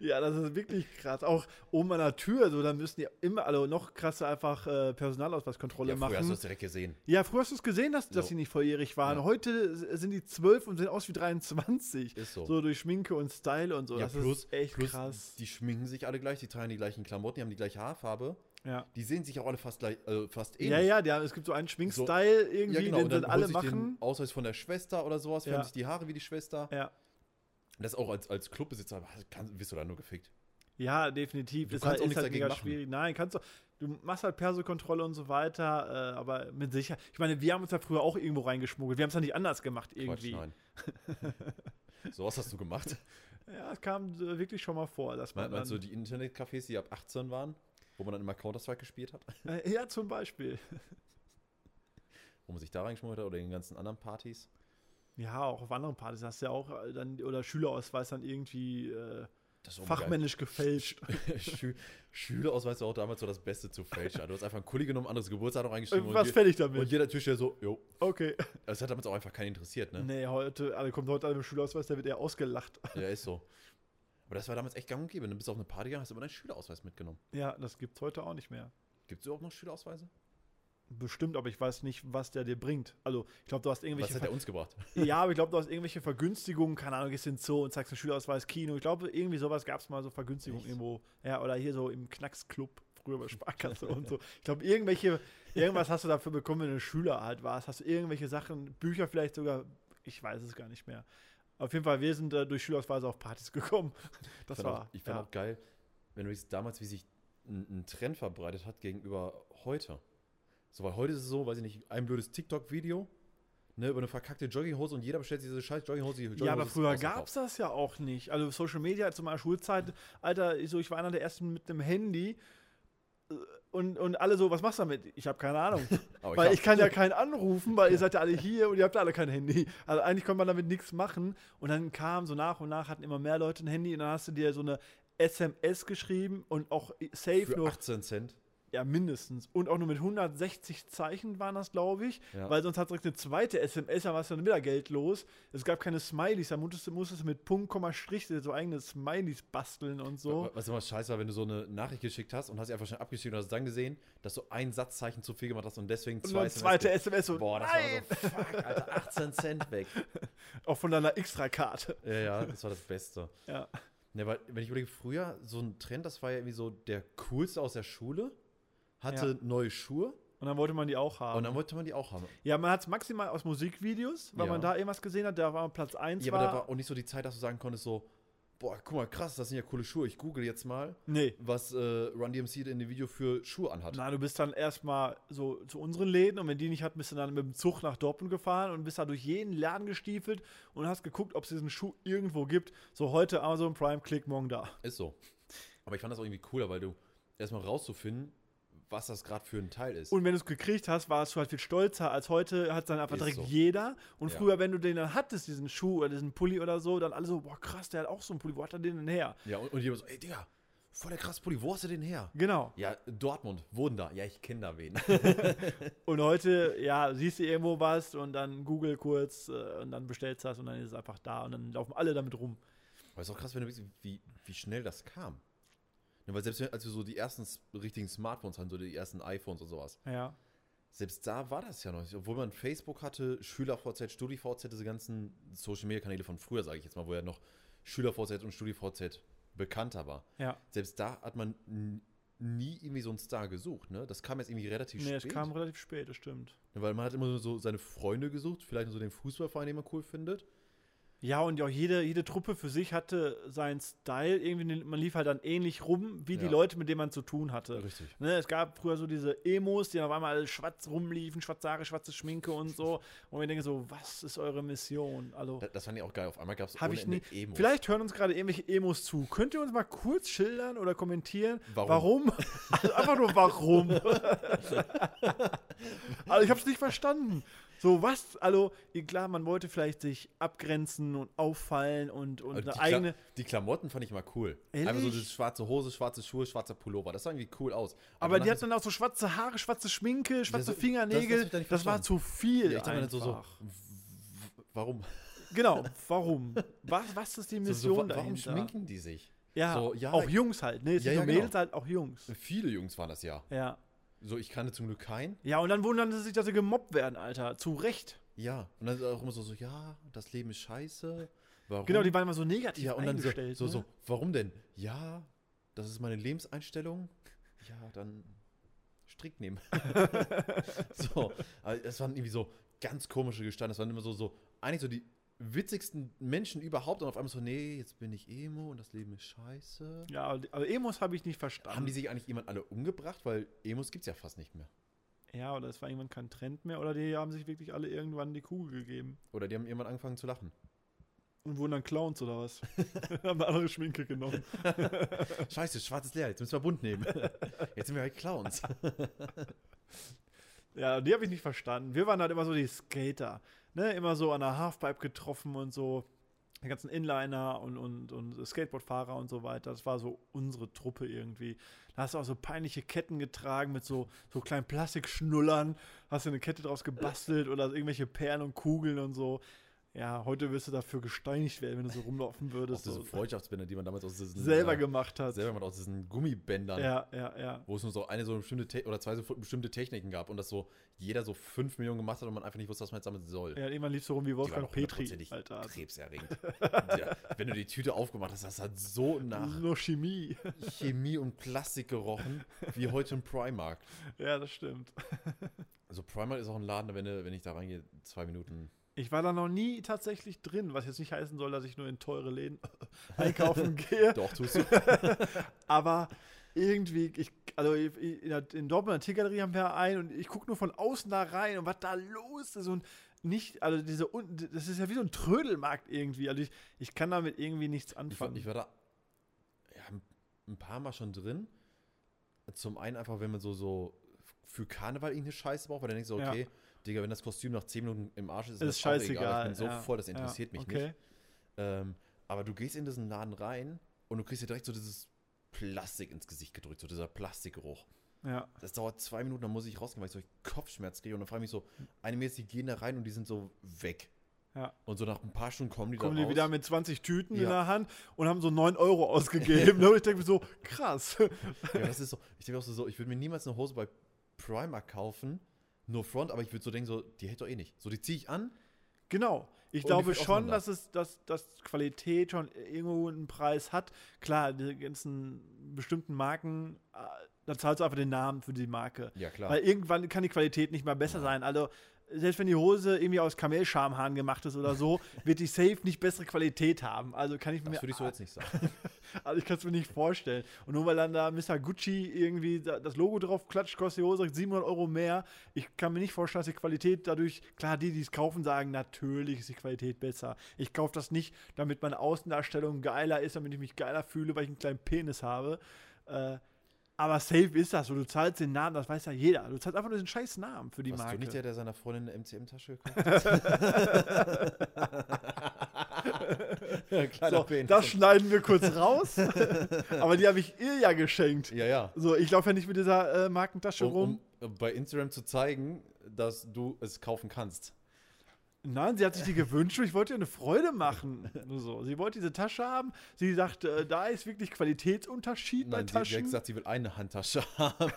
Ja, das ist wirklich krass. Auch oben an der Tür, so, da müssen die immer, also noch krasser einfach äh, Personalausweiskontrolle Ja, früher hast du machen. es direkt gesehen. Ja, früher hast du es gesehen, dass, dass So. sie nicht volljährig waren. Ja. Heute s- sind die zwölf und sehen aus wie 23. Ist so. So durch Schminke und Style und so. ja, Oh, das plus, ist echt plus krass. die schminken sich alle gleich, die tragen die gleichen Klamotten, die haben die gleiche Haarfarbe. Ja. Die sehen sich auch alle fast, gleich, äh, fast ähnlich. ja, ja, die haben, es gibt so einen Schminkstyle irgendwie, den genau, dann dann holen alle sich machen. Den Ausweis von der Schwester oder sowas, Ja. färben sich die Haare wie die Schwester. Ja. Das auch als, als Clubbesitzer, aber kann, wirst du da nur gefickt. ja, definitiv. halt, Du kannst auch nichts dagegen mega machen. schwierig. Nein, kannst du. du machst halt Persokontrolle und so weiter, äh, aber mit Sicherheit. Ich meine, wir haben uns ja früher auch irgendwo reingeschmuggelt. Wir haben es ja nicht anders gemacht irgendwie. [laughs] Quatsch, nein. so was hast du gemacht? ja, es kam äh, wirklich schon mal vor, dass man. Meint man Dann, so die Internetcafés, die ab 18 waren, wo man dann immer Counter-Strike gespielt hat? äh, [laughs] ja, zum Beispiel. Wo man sich da reingeschmuggelt hat oder in den ganzen anderen Partys? Ja, auch auf anderen Partys hast du ja auch äh, dann, oder Schülerausweis dann irgendwie Oh äh, Das ist auch mal geil. fachmännisch gefälscht. Schü Schülerausweis war auch damals so das Beste zu fälschen. Also Du hast einfach einen Kuli genommen, anderes Geburtstag noch Äh, eingeschrieben. Was und, fertig je und damit? jeder Türsteher so, jo. Okay. Das hat damals auch einfach keinen interessiert, ne? Nee, heute, alle kommt heute alle mit dem Schülerausweis, der wird eher ausgelacht. Ja, ist so. Aber das war damals echt gang und gäbe. Du bist auf eine Party gegangen, hast immer deinen Schülerausweis mitgenommen. Ja, das gibt's heute auch nicht mehr. Gibt es überhaupt noch Schülerausweise? Bestimmt, aber ich weiß nicht, was der dir bringt. Also, ich glaube, du hast Was irgendwelche. hat er uns gebracht? Ver- ja, aber ich glaube, du hast irgendwelche Vergünstigungen. Keine Ahnung, gehst in den Zoo und zeigst einen Schülerausweis, Kino. Ich glaube, irgendwie sowas gab es mal so Vergünstigungen Echt? irgendwo. Ja, oder hier so im Knacksclub, früher bei Sparkasse und so. Ich glaube, irgendwelche, irgendwas hast du dafür bekommen, wenn du Schüler halt warst. Hast du irgendwelche Sachen, Bücher vielleicht sogar, ich weiß es gar nicht mehr. Auf jeden Fall, wir sind äh, durch Schülerausweise auf Partys gekommen. Das fand war. auch, ich fand ja. auch geil, wenn du siehst, damals, wie sich ein, ein Trend verbreitet hat gegenüber heute. So, weil heute ist es so, weiß ich nicht, ein blödes TikTok-Video, ne, über eine verkackte Jogginghose und jeder bestellt sich diese scheiß Jogginghose. Die Jogginghose Ja, aber ist früher ausverkauft. gab es das ja auch nicht. Also Social Media zu meiner Schulzeit, Alter, ich so, ich war einer der ersten mit einem Handy äh, und, und alle so, was machst du damit? Ich habe keine Ahnung. weil Aber Oh, hab- ich kann ja keinen anrufen, weil ihr seid ja alle hier und ihr habt ja alle kein Handy. Also eigentlich konnte man damit nichts machen. Und dann kam so nach und nach, hatten immer mehr Leute ein Handy und dann hast du dir so eine SMS geschrieben und auch safe für nur 18 Cent. ja, mindestens. Und auch nur mit 160 Zeichen waren das, glaube ich. Ja. Weil sonst hat direkt eine zweite SMS, dann war es dann wieder geldlos. Es gab keine Smileys, da musstest, du- musstest du mit Punkt, Komma, Strich so eigene Smileys basteln und so. Was immer scheiße war, wenn du so eine Nachricht geschickt hast und hast sie einfach schon abgeschickt und hast dann gesehen, dass du ein Satzzeichen zu viel gemacht hast und deswegen Und zwei dann zweite SMS. SMS und Boah, das nein, war so, fuck, Alter, 18 Cent weg. auch von deiner Extra-Karte. [laughs] Ja, ja, das war das Beste. Ja. Ne, weil, wenn ich überlege, früher so ein Trend, das war ja irgendwie so der coolste aus der Schule, hatte Ja. neue Schuhe Und dann wollte man die auch haben. und dann wollte man die auch haben. ja, man hat es maximal aus Musikvideos, weil Ja. man da irgendwas gesehen hat, da war man Platz 1 Ja, war. aber da war auch nicht so die Zeit, dass du sagen konntest, so, boah, guck mal, krass, das sind ja coole Schuhe. Ich google jetzt mal, nee. was äh, Run DMC in dem Video für Schuhe anhat. Na, du bist dann erstmal so zu unseren Läden und wenn die nicht hat, bist du dann mit dem Zug nach Dortmund gefahren und bist da durch jeden Laden gestiefelt und hast geguckt, ob es diesen Schuh irgendwo gibt. So heute Amazon Prime, klick morgen da. Ist so. Aber ich fand das auch irgendwie cooler, weil du erstmal rauszufinden, was das gerade für ein Teil ist. Und wenn du es gekriegt hast, warst du halt viel stolzer als heute, hat dann einfach Ist direkt so. jeder. Und Ja. früher, wenn du den dann hattest, diesen Schuh oder diesen Pulli oder so, dann alle so, boah krass, der hat auch so einen Pulli, wo hat er den denn her? ja, und, und jemand so, ey, Digga, voll der krass Pulli, wo hast du den her? Genau. Ja, Dortmund, wohnen da. Ja, ich kenne da wen. Und heute, ja, siehst du irgendwo was und dann Google kurz äh, und dann bestellst du das und dann ist es einfach da und dann laufen alle damit rum. Aber es ist auch krass, wenn du siehst, wie, wie schnell das kam. Ne, weil selbst wenn- als wir so die ersten s- richtigen Smartphones hatten, so die ersten iPhones und sowas, Ja. selbst da war das ja noch nicht. Obwohl man Facebook hatte, SchülerVZ, StudiVZ, diese ganzen Social-Media-Kanäle von früher, sage ich jetzt mal, wo ja noch SchülerVZ und StudiVZ bekannter war. Ja. Selbst da hat man n- nie irgendwie so einen Star gesucht, ne? Das kam jetzt irgendwie relativ Nee, spät. es kam relativ spät, das stimmt. Ne, Weil man hat immer so seine Freunde gesucht, vielleicht so den Fußballverein, den man cool findet. Ja, und auch jede, jede Truppe für sich hatte seinen Style. Irgendwie, man lief halt dann ähnlich rum, wie die Ja. Leute, mit denen man zu tun hatte. Richtig. Ne, es gab früher so diese Emos, die dann auf einmal alle schwarz rumliefen, schwarze Haare, schwarze Schminke und so. Und wir denken so, was ist eure Mission? Also, Das, das fand ich auch geil. Auf einmal gab es habe ich nie. Vielleicht hören uns gerade irgendwelche Emos zu. Könnt ihr uns mal kurz schildern oder kommentieren? Warum? [laughs] warum? Also einfach nur warum. also ich habe es nicht verstanden. So was? Also ihr- klar, man wollte vielleicht sich abgrenzen und auffallen und, und Also eine die, eigene. Kla die Klamotten fand ich mal cool. Ehrlich? Einfach so diese schwarze Hose, schwarze Schuhe, schwarzer Pullover. Das sah irgendwie cool aus. Aber die danach hat dann auch so schwarze Haare, schwarze Schminke, schwarze so- das- das Fingernägel. hab ich Das, da nicht war zu verstanden. viel. ja, ich dachte mir dann so, so, einfach. w- w- warum? Genau. [laughs] Warum? Was, was ist die So, Mission so, wa- warum dahinter? schminken die sich? Ja, So, ja, auch Jungs halt. Ne, es Ja, sind ja, nur genau. Mädels halt auch Jungs. Viele Jungs waren das ja. Ja. So, ich kannte zum Glück keinen. Ja, und dann wundern sie sich, dass sie gemobbt werden, Alter. Zu Recht. Ja. Und dann auch immer so, so ja, das Leben ist scheiße. Warum? Genau, die waren immer so negativ ja, und dann so, eingestellt. so, ne? so, warum denn? Ja, das ist meine Lebenseinstellung. Ja, dann Strick nehmen. [laughs] so, aber es waren irgendwie so ganz komische Gestalten. Es waren immer so, so eigentlich so die witzigsten Menschen überhaupt und auf einmal so, nee, jetzt bin ich Emo und das Leben ist scheiße. Ja, aber aber Emos habe ich nicht Haben die verstanden. sich eigentlich jemand alle umgebracht? Weil Emos gibt es ja fast nicht mehr. Ja, oder es war irgendwann kein Trend mehr oder die haben sich wirklich alle irgendwann die Kugel gegeben. Oder die haben irgendwann angefangen [laughs] zu lachen. Und wurden dann Clowns oder [laughs] was? [laughs] haben eine andere Schminke genommen. Scheiße, schwarz ist leer, jetzt müssen wir bunt nehmen. [laughs] Jetzt sind wir [laughs] halt Clowns. Ja, die habe ich nicht verstanden. Wir waren halt immer so die Skater. Ne? Immer so an der Halfpipe getroffen und so. Die ganzen Inliner und, und, und Skateboardfahrer und so weiter. Das war so unsere Truppe irgendwie. Da hast du auch so peinliche Ketten getragen mit so, so kleinen Plastikschnullern. Hast du eine Kette draus gebastelt oder irgendwelche Perlen und Kugeln und so. Ja, heute wirst du dafür gesteinigt werden, wenn du so rumlaufen Auch würdest. diese So Freundschaftsbänder, die man damals aus diesen, selber äh, gemacht hast. selber gemacht, aus diesen Gummibändern. Ja, ja, ja. Wo es nur so eine so bestimmte Te oder zwei so bestimmte Techniken gab und das so jeder so fünf Millionen gemacht hat und man einfach nicht wusste, was man jetzt damit soll. Ja, irgendwann liefst du rum wie Die waren Wolfgang auch Petri, hundertprozentig Alter. krebserregend. ja, wenn du die Tüte aufgemacht hast, das hat so nach Nur Chemie. [laughs] Chemie und Plastik gerochen, wie heute im Primark. Ja, das stimmt. Also Primark ist auch ein Laden, wenn, du- wenn ich da reingehe, zwei Minuten. Ich war da noch nie tatsächlich drin, was jetzt nicht heißen soll, dass ich nur in teure Läden [laughs] [laughs] einkaufen gehe. Doch, tust du. Aber irgendwie, ich, also ich- ich- in, der- in Dortmund, in der Tiergalerie haben wir einen und ich gucke nur von außen da rein und was da los ist und nicht, also diese, un- das ist ja wie so ein Trödelmarkt irgendwie. Also ich, ich kann damit irgendwie nichts Ich war, anfangen. ich war da ja, ein- ein paar Mal schon drin. Zum einen einfach, wenn man so, so für Karneval irgendeine Scheiße braucht, weil dann denkst du, Ja. okay, Digga, wenn das Kostüm nach zehn Minuten im Arsch ist, ist Es das ist auch scheißegal. egal. Ich bin so ja, voll, das ja, interessiert mich okay. nicht. Ähm, aber du gehst in diesen Laden rein und du kriegst dir direkt so dieses Plastik ins Gesicht gedrückt, so dieser Plastikgeruch. Ja. Das dauert zwei Minuten, dann muss ich rausgehen, weil ich so Kopfschmerz kriege. Und dann frage ich mich so, einiges, die gehen da rein und die sind so weg. Ja. Und so nach ein paar Stunden kommen die Kommen da die raus. wieder mit 20 Tüten in Ja. der Hand und haben so [laughs] 9 Euro ausgegeben. und ich denke mir so, krass. ja, das ist so, ich denke auch so, so, ich würde mir niemals eine Hose bei Primark kaufen, nur Front, aber ich würde so denken, so, die hält doch eh nicht. So, die ziehe ich an, Genau. Ich Und die glaube fällt schon, auseinander. dass es, dass, dass Qualität schon irgendwo einen Preis hat. Klar, diese ganzen bestimmten Marken, äh, da zahlst du einfach den Namen für die Marke. Ja, klar. Weil irgendwann kann die Qualität nicht mehr besser sein. Also selbst wenn die Hose irgendwie aus Kamelschamhahn gemacht ist oder [laughs] so, wird die safe nicht bessere Qualität haben. Also kann ich mir das würde ich so jetzt nicht [laughs] sagen. also ich kann es mir nicht vorstellen. Und nur weil dann da Mr. Gucci irgendwie da- das Logo drauf klatscht, kostet die Hose 700 Euro mehr. Ich kann mir nicht vorstellen, dass die Qualität dadurch, klar, die, die es kaufen, sagen, natürlich ist die Qualität besser. Ich kaufe das nicht, damit meine Außendarstellung geiler ist, damit ich mich geiler fühle, weil ich einen kleinen Penis habe. Äh, aber safe ist das so. Du zahlst den Namen, das weiß ja jeder. Du zahlst einfach nur den scheiß Namen für die Warst Marke. du nicht der, der seiner Freundin eine MCM-Tasche gekauft [laughs] hat? Kleiner so, Penis. das schneiden wir kurz [laughs] raus. aber die habe ich ihr ja geschenkt. ja, ja. So, ich laufe ja nicht mit dieser äh, Markentasche Um, rum. um äh, bei Instagram zu zeigen, dass du es kaufen kannst. Nein, sie hat sich die gewünscht und ich wollte ihr eine Freude machen. Nur so. Sie wollte diese Tasche haben. Sie sagt, äh, da ist wirklich Qualitätsunterschied bei Nein, sie- sie hat Taschen. gesagt, sie will [laughs] eine Handtasche haben.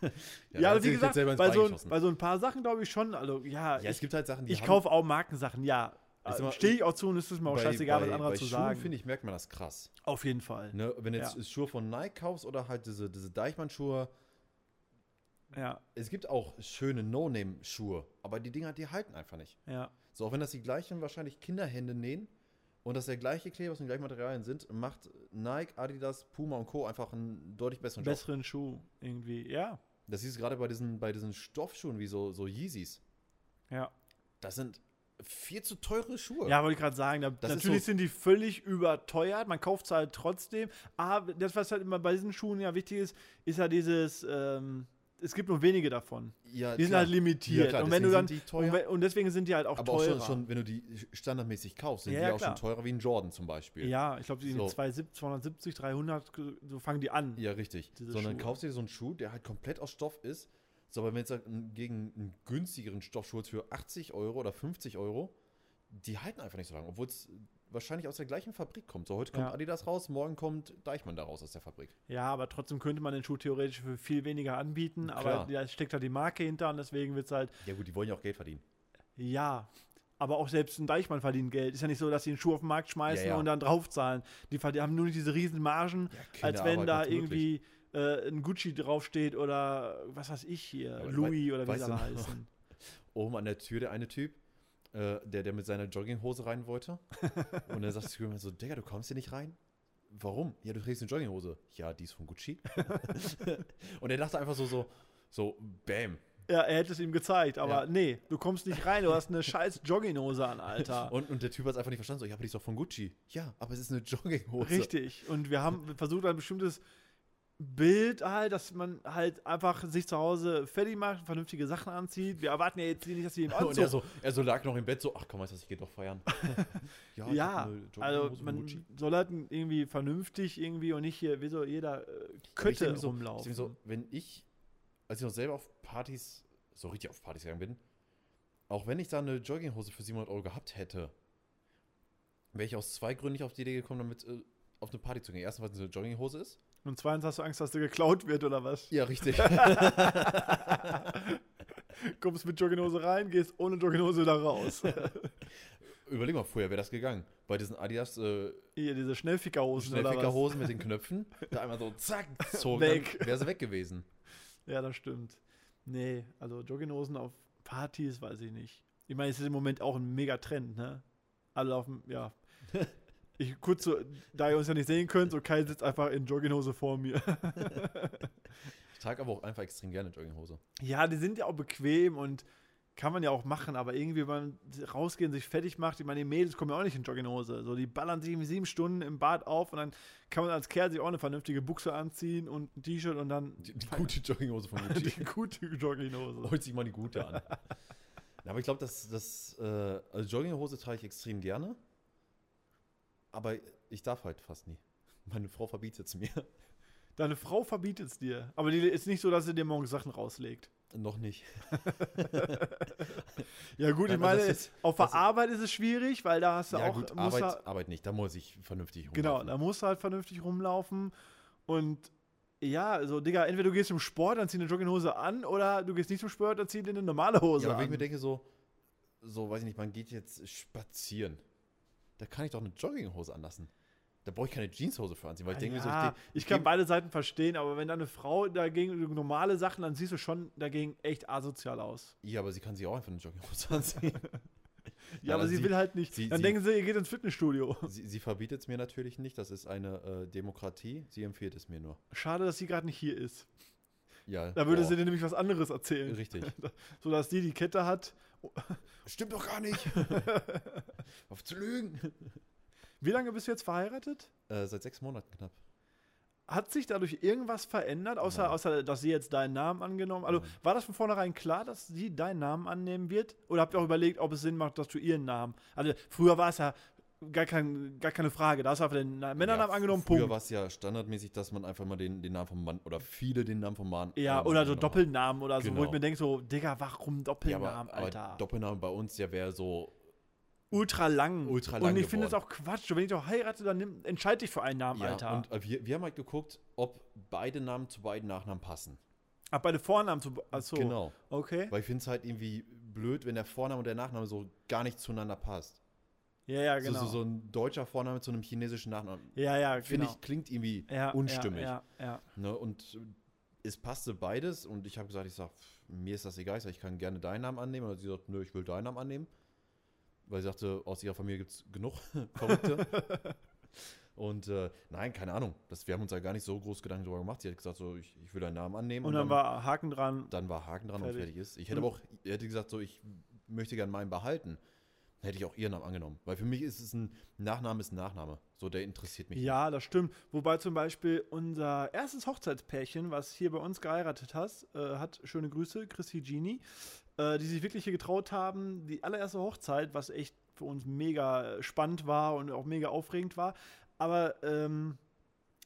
ja, da hat aber wie sie sich jetzt gesagt, selber ins bei Bein so, ein, geschossen. bei so ein paar Sachen glaube ich schon. Also, ja, ja, es gibt halt Sachen, ich, die ich haben- kaufe auch Markensachen, ja. also, Ist immer- Stehe ich auch zu und es ist mir auch bei- scheißegal, bei, was andere bei zu Schuhen, sagen. finde ich, merkt man das krass. Auf jeden Fall. Ne? Wenn du jetzt Ja. Schuhe von Nike kaufst oder halt diese, diese Deichmann-Schuhe, Ja, es gibt auch schöne No-Name-Schuhe, aber die Dinger, die halten einfach nicht. ja. So, auch wenn das die gleichen wahrscheinlich Kinderhände nähen und das der gleiche Kleber aus den gleichen Materialien sind, macht Nike, Adidas, Puma und Co. einfach einen deutlich besseren Job. Besseren Schuh irgendwie. Ja, Das siehst du gerade bei diesen, bei diesen Stoffschuhen wie so, so Yeezys. ja. Das sind viel zu teure Schuhe. Ja, wollte ich gerade sagen, da, Das ist natürlich so- sind die völlig überteuert, man kauft es halt trotzdem. Aber das, was halt immer bei diesen Schuhen ja wichtig ist, ist ja dieses, ähm, es gibt nur wenige davon. Ja, Die sind klar. halt limitiert. Ja, klar, und wenn du deswegen dann, sind die teuer. und, we- und deswegen sind die halt auch Aber auch teurer. schon, schon, wenn du die standardmäßig kaufst, sind Ja, die ja, auch klar. schon teurer wie ein Jordan zum Beispiel. ja, ich glaube, die sind So. 270, 270, 300, so fangen die an. Ja, richtig. Diese Sondern Schuhe. kaufst du dir so einen Schuh, der halt komplett aus Stoff ist. So, aber wenn jetzt halt ein- gegen einen günstigeren Stoffschuh jetzt für 80 Euro oder 50 Euro, die halten einfach nicht so lange, obwohl es wahrscheinlich aus der gleichen Fabrik kommt. So, heute kommt Ja. Adidas raus, morgen kommt Deichmann da raus aus der Fabrik. Ja, aber trotzdem könnte man den Schuh theoretisch für viel weniger anbieten, aber Klar. da steckt da die Marke hinter und deswegen wird es halt, Ja gut, die wollen ja auch Geld verdienen. Ja, aber auch selbst ein Deichmann verdient Geld. Ist ja nicht so, dass sie den Schuh auf den Markt schmeißen Ja, ja. und dann draufzahlen. Die verd- haben nur nicht diese riesen Margen, als wenn Kinderarbeit da macht's irgendwie äh, ein Gucci draufsteht oder was weiß ich hier, aber Louis wei- oder wie weißt sie alle du noch? heißen. Oben an der Tür der eine Typ, äh, der, der mit seiner Jogginghose [laughs] rein wollte. Und dann sagt Screamer so, Digga, du kommst hier nicht rein? Warum? Ja, du trägst eine Jogginghose. Ja, die ist [laughs] von Gucci. und er dachte einfach so, so, so, bam. Ja, er hätte es ihm gezeigt, aber Ja. nee, du kommst nicht rein, du hast eine scheiß Jogginghose an, [laughs] Alter. Und, und der Typ hat es einfach nicht verstanden. So, ja, aber die ist doch von Gucci. Ja, aber es ist eine Jogginghose. Richtig. Und wir haben versucht, ein bestimmtes Bild halt, dass man halt einfach sich zu Hause fertig macht, vernünftige Sachen anzieht. Wir erwarten ja jetzt nicht, dass wir ihn [laughs] Und er anziehen. so, er so lag noch im Bett, so, ach komm, weißt du was, ich gehe [laughs] doch feiern. ja, ich hab Ja, eine Jogginghose also von man äh, Gucci. soll halt irgendwie vernünftig irgendwie und nicht hier, wie so jeder äh, Aber ich Kötte denk mir so, Ich rumlaufen. denk mir so, wenn ich, als ich noch selber auf Partys, so richtig auf Partys gegangen bin, auch wenn ich da eine Jogginghose für 700 Euro gehabt hätte, wäre ich aus zwei Gründen nicht auf die Idee gekommen, damit äh, auf eine Party zu gehen. Erstens, weil es eine Jogginghose ist. Und zweitens hast du Angst, dass du geklaut wird oder was? Ja, richtig. Kommst mit Jogginghose rein, gehst ohne Jogginghose da [laughs] raus. [laughs] Überleg mal, früher wäre das gegangen. Bei diesen Adidas äh, Hier, diese Schnellfickerhosen oder was? Schnellfickerhosen mit den Knöpfen, da einmal so zack, zogen, Weg. wäre sie weg gewesen. Ja, das stimmt. Nee, also Jogginghosen auf Partys weiß ich nicht. Ich meine, es ist im Moment auch ein mega Trend, ne? Alle auf dem, ja. [laughs] Ich, kurz so, da ihr uns ja nicht sehen könnt, so Kai sitzt einfach in Jogginghose vor mir. Ich trage aber auch einfach extrem gerne Jogginghose. Ja, die sind ja auch bequem und kann man ja auch machen, aber irgendwie, wenn man rausgehen, sich fertig macht, ich meine, die Mädels kommen ja auch nicht in Jogginghose. So, die ballern sich irgendwie sieben Stunden im Bad auf und dann kann man als Kerl sich auch eine vernünftige Buchse anziehen und ein T-Shirt und dann [laughs] Die, die gute Jogginghose [laughs] von Gucci. die gute Jogginghose. Holt sich mal die gute an. [laughs] Na, aber ich glaube, dass das, äh, also Jogginghose trage ich extrem gerne. Aber ich darf halt fast nie. [laughs] Meine Frau verbietet es mir. [laughs] Deine Frau verbietet es dir. Aber die ist nicht so, dass sie dir morgens Sachen rauslegt. Noch nicht. Ja, gut, ich Nein, aber meine, das ist- auf der das ist- Arbeit ist es schwierig, weil da hast du ja, auch. gut, musst Arbeit, da, Arbeit nicht. Da muss ich vernünftig genau, rumlaufen. da musst du halt vernünftig rumlaufen. Und ja, also, Digga, entweder du gehst zum Sport, dann zieh eine Jogginghose an, oder du gehst nicht zum Sport, dann zieh dir eine normale Hose Ja, aber wenn ich mir an. denke, so, so, weiß ich nicht, man geht jetzt spazieren. Da kann ich doch eine Jogginghose anlassen. Da brauche ich keine Jeanshose für anziehen, weil ich denke mir so, Ah Ja, geh- ich geh- kann beide Seiten verstehen, aber wenn deine Frau dagegen normale Sachen, dann siehst du schon dagegen echt asozial aus. Ja, aber sie kann sich auch einfach eine Jogginghose [laughs] anziehen. Ja, aber sie, will halt nicht. sie- dann sie- denken sie, ihr geht ins Fitnessstudio. Sie, sie verbietet es mir natürlich nicht, das ist eine äh, Demokratie, sie empfiehlt es mir nur. Schade, dass sie gerade nicht hier ist. Ja, Da würde boah, sie dir nämlich was anderes erzählen. Richtig. [laughs] So dass die die Kette hat. Stimmt doch [laughs] gar nicht! Auf zu lügen! Wie lange bist du jetzt verheiratet? Äh, seit sechs Monaten knapp. Hat sich dadurch irgendwas verändert, außer, Nein. außer dass sie jetzt deinen Namen angenommen Also Nein. war das von vornherein klar, dass sie deinen Namen annehmen wird? Oder habt ihr auch überlegt, ob es Sinn macht, dass du ihren Namen. Also früher war es ja gar, kein, gar keine Frage. Da hast du einfach den Na Männernamen Ja, angenommen, Früher Punkt. war es ja standardmäßig, dass man einfach mal den, den Namen vom Mann oder viele den Namen vom Mann. ja, Mann oder so angenommen Doppelnamen oder so, wo ich Genau. mir denke, so, Digga, warum haben. Ja, Doppelnamen, aber, aber Alter? Doppelnamen bei uns ja wäre so. ultra lang. Ultra Und lang ich finde es geworden. auch Quatsch. Und Wenn ich doch heirate, dann nimm, entscheide dich für einen Namen, Ja, Alter. und äh, wir, wir haben halt geguckt, ob beide Namen zu beiden Nachnamen passen. Ach, beide Vornamen zu. Achso. Genau. Okay. Weil ich finde es halt irgendwie blöd, wenn der Vorname und der Nachname so gar nicht zueinander passt. Ja, ja, genau. So, so, so ein deutscher Vorname zu einem chinesischen Nachnamen. Ja, ja, Finde genau. ich, klingt irgendwie ja, unstimmig. Ja, ja, ja. Ne? Und es passte beides und ich habe gesagt, ich sag, pff, mir ist das egal, ich, sag, ich kann gerne deinen Namen annehmen. Und sie sagt, nö, ich will deinen Namen annehmen. Weil sie sagte, aus ihrer Familie gibt es genug [laughs] Verrückte. und äh, nein, keine Ahnung. Das, wir haben uns da gar nicht so groß Gedanken drüber gemacht. Sie hat gesagt, so, ich, ich will deinen Namen annehmen. Und dann war Haken dran. dann war Haken dran und Fertig. Hm. fertig ist. Ich hätte aber auch, ich hätte gesagt, so, ich möchte gerne meinen behalten. Dann hätte ich auch ihren Namen angenommen. Weil für mich ist es ein Nachname ist ein Nachname. So, der interessiert mich. Ja, das stimmt. Wobei zum Beispiel unser erstes Hochzeitspärchen, was hier bei uns geheiratet hat, äh, hat schöne Grüße, Chrissy Genie, äh, die sich wirklich hier getraut haben. Die allererste Hochzeit, was echt für uns mega spannend war und auch mega aufregend war. Aber ähm,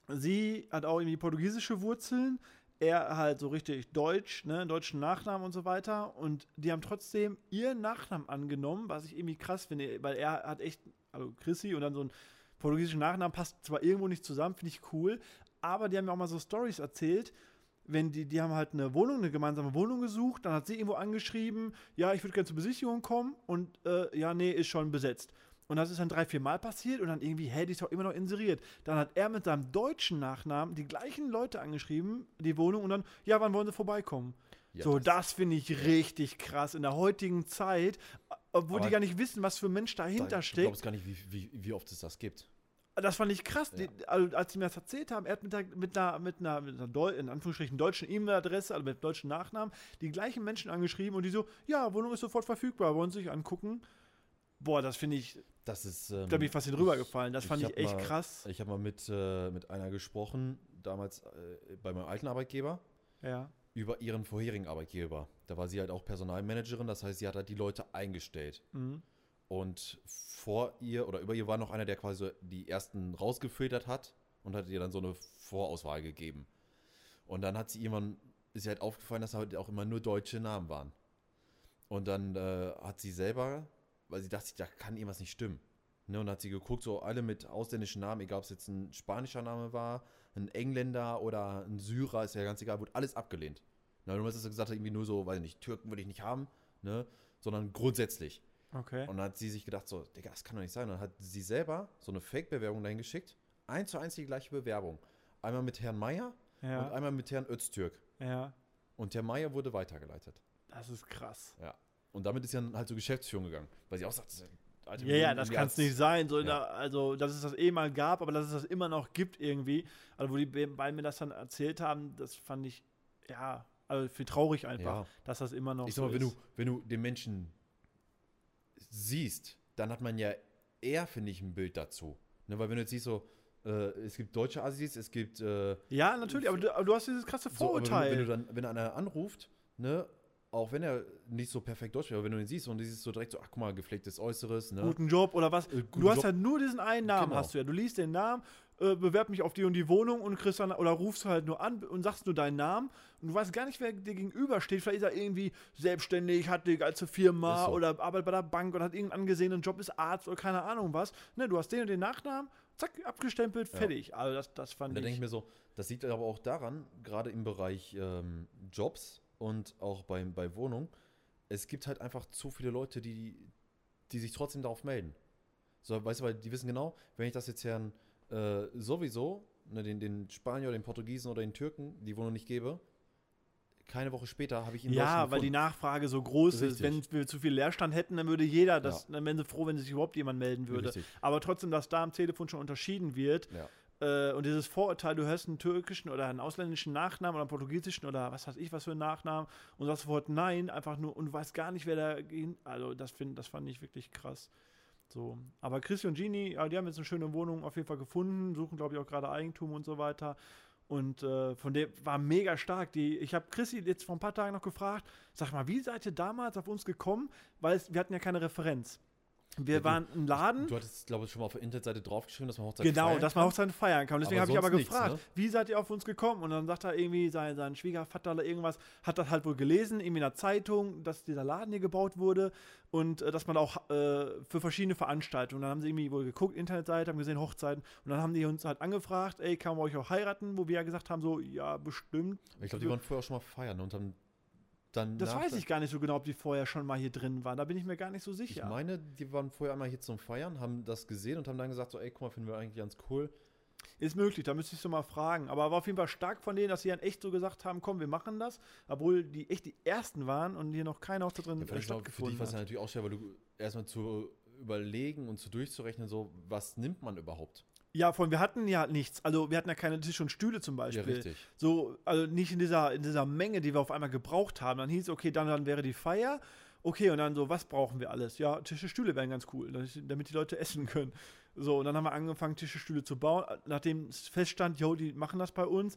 sie hat auch irgendwie portugiesische Wurzeln. Er halt so richtig deutsch, ne, deutschen Nachnamen und so weiter. Und die haben trotzdem ihren Nachnamen angenommen, was ich irgendwie krass finde, weil er hat echt, also Chrissy und dann so ein portugiesischen Nachnamen passt zwar irgendwo nicht zusammen, finde ich cool, aber die haben mir auch mal so Stories erzählt. Wenn die, die haben halt eine Wohnung, eine gemeinsame Wohnung gesucht, dann hat sie irgendwo angeschrieben, ja, ich würde gerne zur Besichtigung kommen und äh, ja, nee, ist schon besetzt. Und das ist dann drei, vier Mal passiert und dann irgendwie, hä, die ist doch immer noch inseriert. Dann hat er mit seinem deutschen Nachnamen die gleichen Leute angeschrieben, die Wohnung, und dann, ja, wann wollen sie vorbeikommen? Ja, so, das- das, finde ich richtig krass. In der heutigen Zeit, äh, obwohl die Aber- gar nicht wissen, was für ein Mensch dahinter Da- Du steckt. glaubst gar nicht, wie, wie, wie oft es das gibt. Das fand ich krass, die, also, als sie mir das erzählt haben. Er hat mit, der, mit einer, mit einer, mit einer Deu in Anführungsstrichen deutschen E-Mail-Adresse, also mit deutschen Nachnamen, die gleichen Menschen angeschrieben und die so, ja, Wohnung ist sofort verfügbar, wollen Sie sich angucken. Boah, das finde ich, Das ist. Ähm, da bin ich fast hinübergefallen. Das fand ich, hab echt mal, krass. Ich habe mal mit, äh, mit einer gesprochen, damals äh, bei meinem alten Arbeitgeber, Ja. über ihren vorherigen Arbeitgeber. Da war sie halt auch Personalmanagerin, das heißt, sie hat halt die Leute eingestellt. Mhm. Und vor ihr oder über ihr war noch einer, der quasi so die ersten rausgefiltert hat und hat ihr dann so eine Vorauswahl gegeben. Und dann hat sie irgendwann, ist ihr halt aufgefallen, dass da halt auch immer nur deutsche Namen waren. Und dann äh, hat sie selber, weil sie dachte, da kann irgendwas nicht stimmen. Ne, und dann hat sie geguckt, so alle mit ausländischen Namen, egal ob es jetzt ein spanischer Name war, ein Engländer oder ein Syrer, ist ja ganz egal, wurde alles abgelehnt. Na, du hast es gesagt, irgendwie nur so, weiß ich nicht, Türken würde ich nicht haben, ne, sondern grundsätzlich. Okay. Und dann hat sie sich gedacht, so, Digga, das kann doch nicht sein. Und dann hat sie selber so eine Fake-Bewerbung dahin geschickt. Eins zu eins die gleiche Bewerbung. Einmal mit Herrn Meier und ja. einmal mit Herrn Öztürk. Ja. Und Herr Meier wurde weitergeleitet. Das ist krass. Ja. Und damit ist sie dann halt zur Geschäftsführung gegangen. Weil sie auch sagt, Alter, Ja, wir ja, sind das irgendwie kann es als- nicht sein. So in Ja. der, also, dass es das eh mal gab, aber dass es das immer noch gibt irgendwie. Also, wo die be- beiden mir das dann erzählt haben, das fand ich, ja, also viel traurig einfach, Ja. dass das immer noch Ich sag mal, so wenn du, ist. wenn du den Menschen siehst, dann hat man ja eher, finde ich, ein Bild dazu. Ne, weil wenn du jetzt siehst, so, äh, es gibt deutsche Assis, es gibt äh, Ja, natürlich, aber du, aber du hast dieses krasse So, aber Vorurteil. wenn, du- wenn du dann, wenn einer anruft, ne, auch wenn er nicht so perfekt Deutsch wäre, aber wenn du ihn siehst und du siehst so direkt so, ach guck mal, gepflegtes Äußeres, ne? guten Job oder was. guten du hast Job. halt nur diesen einen Namen, Genau. hast du ja. Du liest den Namen, äh, bewerb mich auf die und die Wohnung und kriegst dann, oder rufst halt nur an und sagst nur deinen Namen und du weißt gar nicht, wer dir gegenübersteht. Vielleicht ist er irgendwie selbstständig, hat die geilste Firma Ist so. oder arbeitet bei der Bank und hat irgendeinen angesehenen Job, ist Arzt oder keine Ahnung was. Ne, du hast den und den Nachnamen, zack, abgestempelt, fertig. Also das, das Und fand da denke ich. ich mir so, das liegt aber auch daran, gerade im Bereich ähm, Jobs und auch bei, bei Wohnung, es gibt halt einfach zu viele Leute, die, die sich trotzdem darauf melden. So, weißt du, weil die wissen genau, wenn ich das jetzt Herrn äh, sowieso, ne, den, den Spanier, den Portugiesen oder den Türken, die Wohnung nicht gebe, keine Woche später habe ich ihn dort ja, schon weil die gefunden. Nachfrage so groß ist. Richtig. Wenn wir zu viel Leerstand hätten, dann würde jeder das, dann wären sie froh, wenn sich überhaupt jemand melden würde. Richtig. Aber trotzdem, dass da am Telefon schon unterschieden wird, Ja. äh, und dieses Vorurteil, du hörst einen türkischen oder einen ausländischen Nachnamen oder einen portugiesischen oder was weiß ich, was für einen Nachnamen und sagst sofort nein, einfach nur und du weißt gar nicht, wer da ging. Also, das, find, das fand ich wirklich krass. So. Aber Chris und Genie, ja, die haben jetzt eine schöne Wohnung auf jeden Fall gefunden, suchen, glaube ich, auch gerade Eigentum und so weiter. Und äh, von dem war mega stark. Die, ich habe Chrissy jetzt vor ein paar Tagen noch gefragt, sag mal, wie seid ihr damals auf uns gekommen? Weil es, wir hatten ja keine Referenz. Wir du- waren ein Laden. Du hattest, glaube ich, schon mal auf der Internetseite draufgeschrieben, dass man Hochzeit Genau, feiern dass man Hochzeiten feiern kann. Und Deswegen Aber habe ich aber sonst nichts, gefragt, ne? wie seid ihr auf uns gekommen? Und dann sagt er irgendwie, sein, sein Schwiegervater oder irgendwas hat das halt wohl gelesen, irgendwie in der Zeitung, dass dieser Laden hier gebaut wurde und äh, dass man auch äh, für verschiedene Veranstaltungen, dann haben sie irgendwie wohl geguckt, Internetseite, haben gesehen Hochzeiten und dann haben die uns halt angefragt, ey, kann man euch auch heiraten? Wo wir ja gesagt haben, so, ja, bestimmt. Also, kann. Ich glaube, die waren vorher auch schon mal feiern und haben dann. Das nach- weiß ich gar nicht so genau, ob die vorher schon mal hier drin waren. Da bin ich mir gar nicht so Ich sicher. meine, die waren vorher einmal hier zum Feiern, haben das gesehen und haben dann gesagt, so, ey, guck mal, finden wir eigentlich ganz cool. Hm, Ist möglich, da müsste ich so mal fragen. Aber war auf jeden Fall stark von denen, dass sie dann echt so gesagt haben, komm, wir machen das, obwohl die echt die ersten waren und hier noch keine Hochzeit drin Ja, äh, vielleicht auch für dich stattgefunden war es ja hat. natürlich auch schwer, weil du erstmal zu überlegen und zu durchzurechnen, so, was nimmt man überhaupt? Ja, von wir hatten ja nichts. Also wir hatten ja keine Tische und Stühle zum Beispiel. richtig. So, also nicht in dieser, in dieser Menge, die wir auf einmal gebraucht haben. Dann hieß, okay, dann, dann wäre die Feier. Okay, und dann so, was brauchen wir alles? Ja, Tische, Stühle wären ganz cool, damit- damit die Leute [laughs] essen können. So, und dann haben wir angefangen, Tische, Stühle zu bauen, nachdem es feststand, yo, die machen das bei uns.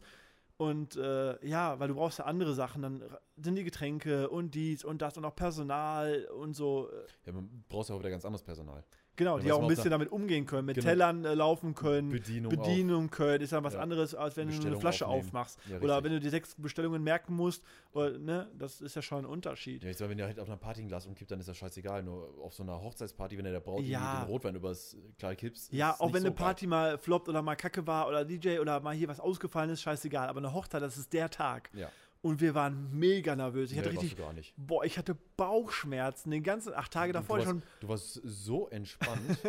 Und äh, ja, weil du brauchst ja andere Sachen, dann r- sind die Getränke und dies und das und auch Personal und so. äh, Ja, man braucht ja auch wieder ganz anderes Personal. Genau, Ja, die was auch ein man auf bisschen der- damit umgehen können, mit Genau. Tellern äh, laufen können, Bedienung auch. Bedienung können, ist dann was Ja. anderes, als wenn du eine Bestellung Flasche aufnehmen. aufmachst. Ja, oder richtig. wenn du die sechs Bestellungen merken musst, oder, ne, das ist ja schon ein Unterschied. Ja, ich sag, wenn ihr halt auf einer Party ein Glas umkippt, dann ist das scheißegal. Nur auf so einer Hochzeitsparty, wenn ihr der Braut irgendwie Ja. den Rotwein übers Kleid kippst. Ja, ist auch nicht wenn so eine geil. Party mal floppt oder mal kacke war oder DJ oder mal hier was ausgefallen ist, scheißegal. Aber eine Hochzeit, das ist der Tag. Ja. Und wir waren mega nervös. Ich Nee, hatte warst richtig, du gar nicht. boah, ich hatte Bauchschmerzen den ganzen acht Tage davor. du, schon, warst, du warst so [laughs] entspannt.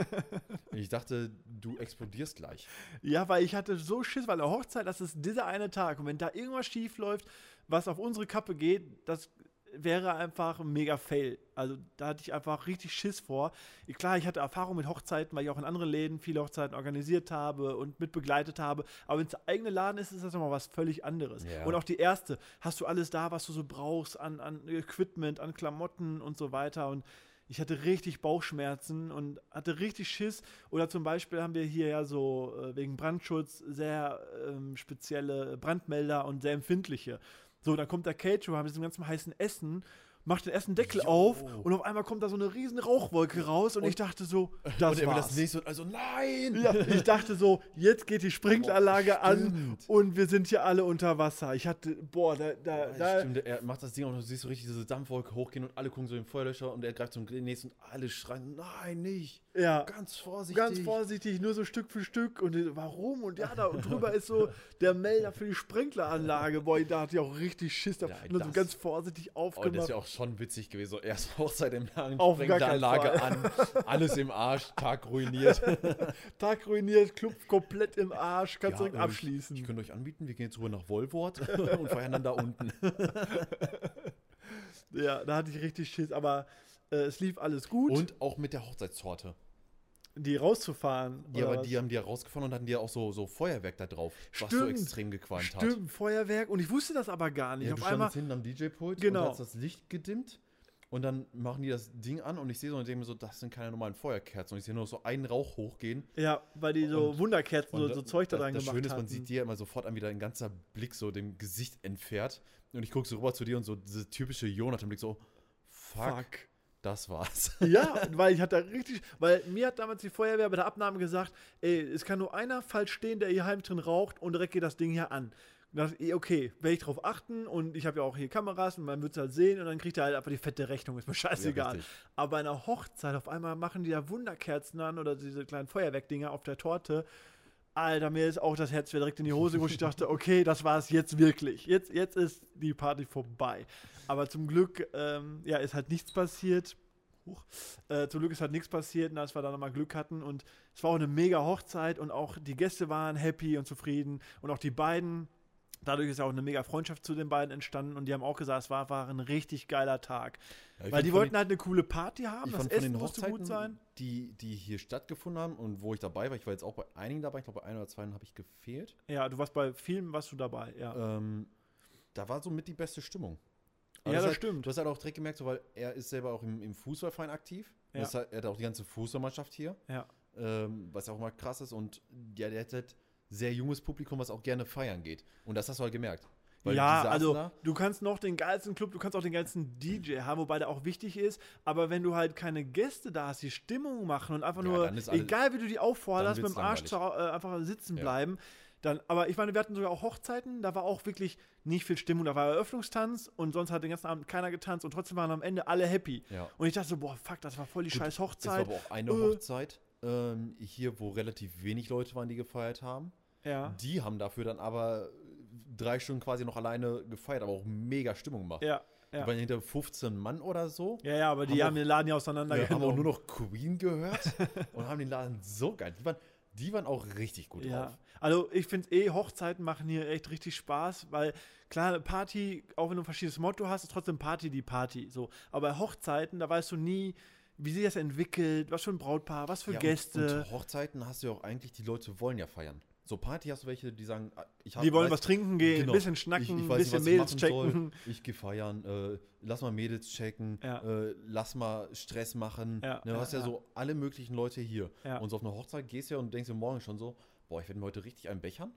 ich dachte, du explodierst gleich. Ja, weil ich hatte so Schiss, weil eine Hochzeit, das ist dieser eine Tag. Und wenn da irgendwas schief läuft, was auf unsere Kappe geht, das wäre einfach ein mega Fail. Also da hatte ich einfach richtig Schiss vor. Klar, ich hatte Erfahrung mit Hochzeiten, weil ich auch in anderen Läden viele Hochzeiten organisiert habe und mit begleitet habe. Aber wenn es der eigene Laden ist, ist das nochmal was völlig anderes. Ja. Und auch die erste, hast du alles da, was du so brauchst an, an Equipment, an Klamotten und so weiter. Und ich hatte richtig Bauchschmerzen und hatte richtig Schiss. Oder zum Beispiel haben wir hier ja so äh, wegen Brandschutz sehr ähm, spezielle Brandmelder und sehr empfindliche. So, dann kommt der Caterer mit diesem ganzen heißen Essen, macht den ersten Deckel Jo. auf und auf einmal kommt da so eine riesen Rauchwolke raus und, ich dachte so, das und er will war's. das nächste und also nein! ja, ich dachte so, jetzt geht die Sprinkleranlage an und wir sind hier alle unter Wasser. Ich hatte, boah, da, da, Ja, da stimmt, er macht das Ding und du siehst so richtig diese Dampfwolke hochgehen und alle gucken so in den Feuerlöcher und er greift zum nächsten und alle schreien, nein, nicht. Ja. Ganz vorsichtig. Oh, ganz vorsichtig, nur so Stück für Stück und äh, warum und ja, da und drüber ist so der Melder für die Sprinkleranlage. Boah, da hatte ich auch richtig Schiss, da Ja, nur so das- ganz vorsichtig Oh, das aufgemacht. ist ja auch schon witzig gewesen. So, erst [laughs] Hochzeit im Laden, Auf sprengt die gar keinen Anlage an, [laughs] alles im Arsch, Tag ruiniert. Tag ruiniert, Club komplett im Arsch, kannst Ja, direkt ähm, abschließen. Ich könnte euch anbieten, wir gehen jetzt rüber nach Wolfurt [laughs] und feiern dann [laughs] da unten. Ja, da hatte ich richtig Schiss, aber äh, es lief alles gut, Und auch mit der Hochzeitstorte. die rauszufahren. Äh, Die, oder aber was? die haben die ja rausgefahren und hatten die ja auch so, so Feuerwerk da drauf, was so Stimmt. extrem gequalmt hat. Stimmt, Feuerwerk und ich wusste das aber gar nicht. Ja, du Auf standest einmal, hinten am DJ-Pult Genau. und hast das Licht gedimmt und dann machen die das Ding an und ich sehe so und denke mir so, das sind keine normalen Feuerkerzen und ich sehe nur noch so einen Rauch hochgehen. ja, weil die so Und- Wunderkerzen, und so, so Zeug da das- dran Das gemacht Schöne ist, man hatten. sieht dir immer sofort an, wie dein ganzer Blick so dem Gesicht entfährt und ich gucke so rüber zu dir und so diese typische Jonathan-Blick so, fuck, Fuck. das war's. [laughs] Ja, weil ich hatte richtig, weil mir hat damals die Feuerwehr bei der Abnahme gesagt, ey, es kann nur einer falsch stehen, der hier heim drin raucht und direkt geht das Ding hier an. Und dachte, ich, okay, werde ich drauf achten und ich habe ja auch hier Kameras und man wird es halt sehen und dann kriegt er halt einfach die fette Rechnung, ist mir scheißegal. richtig. Aber bei einer Hochzeit auf einmal machen die da Wunderkerzen an oder diese kleinen Feuerwerkdinger auf der Torte. Alter, mir ist auch das Herz wieder direkt in die Hose gerutscht. Ich dachte, okay, das war es jetzt wirklich. Jetzt, jetzt ist die Party vorbei. Aber zum Glück, ähm, ja, ist halt nichts passiert. Huch. Äh, zum Glück ist halt nichts passiert, und dass wir da nochmal Glück hatten. Und es war auch eine mega Hochzeit und auch die Gäste waren happy und zufrieden. Und auch die beiden, dadurch ist auch eine mega Freundschaft zu den beiden entstanden. Und die haben auch gesagt, es war, war ein richtig geiler Tag. Ja, Weil ich fand die von wollten den- halt eine coole Party haben. Ich Das fand von Essen den musste Hochzeiten, gut sein. Die, die hier stattgefunden haben und wo ich dabei war, ich war jetzt auch bei einigen dabei, ich glaube bei ein oder zwei habe ich gefehlt. Ja, du warst bei vielen, warst du dabei. Ja, ähm, da war so mit die beste Stimmung. Ja, hast das halt, stimmt. Du hast halt auch direkt gemerkt, so, weil er ist selber auch im, im Fußballverein aktiv. Ja. Ja. Das hat, er hat auch die ganze Fußballmannschaft hier, ja. ähm, was ja auch mal krass ist. Und ja, der hat halt sehr junges Publikum, was auch gerne feiern geht. Und das hast du halt gemerkt. Weil die ja, saßen also da- du kannst noch den geilsten Club, du kannst auch den geilsten DJ haben, wobei der auch wichtig ist. Aber wenn du halt keine Gäste da hast, die Stimmung machen und einfach Ja, nur, dann ist alles- egal wie du die aufforderst, dann mit wird's dem Arsch zu, äh, einfach sitzen bleiben. Dann, aber ich meine, wir hatten sogar auch Hochzeiten, da war auch wirklich nicht viel Stimmung. Da war Eröffnungstanz und sonst hat den ganzen Abend keiner getanzt und trotzdem waren am Ende alle happy. Ja. Und ich dachte so, boah, fuck, das war voll die scheiß Hochzeit. Es war aber auch eine Äh. Hochzeit ähm, hier, wo relativ wenig Leute waren, die gefeiert haben. Ja. Die haben dafür dann aber drei Stunden quasi noch alleine gefeiert, aber auch mega Stimmung gemacht. Ja, ja. Die waren hinter 15 Mann oder so. Ja, genau. ja, aber die Haben haben, auch- den Laden ja auseinandergenommen. haben auch nur noch [laughs] Queen gehört und haben den Laden so geil. Die waren, die waren auch richtig gut Ja. drauf. Also ich finde eh, Hochzeiten machen hier echt richtig Spaß, weil klar, eine Party, auch wenn du ein verschiedenes Motto hast, ist trotzdem Party die Party. So. Aber bei Hochzeiten, da weißt du nie, wie sich das entwickelt, was für ein Brautpaar, was für Ja, und- Gäste. Und äh, Hochzeiten hast du ja auch eigentlich, die Leute wollen ja feiern. So Party hast du welche, die sagen, ah, ich hab- die wollen weiß- was trinken gehen, Genau. ein bisschen schnacken, ein weiß nicht, bisschen was ich Mädels machen checken. Soll. Ich gehe feiern, äh, lass mal Mädels checken, Ja. äh, lass mal Stress machen. Ja, ne, du ja, hast ja, ja. so alle möglichen Leute hier. Ja. Und so auf eine Hochzeit gehst du ja und denkst dir morgen schon so, boah, ich werde mir heute richtig einen [laughs] bechern.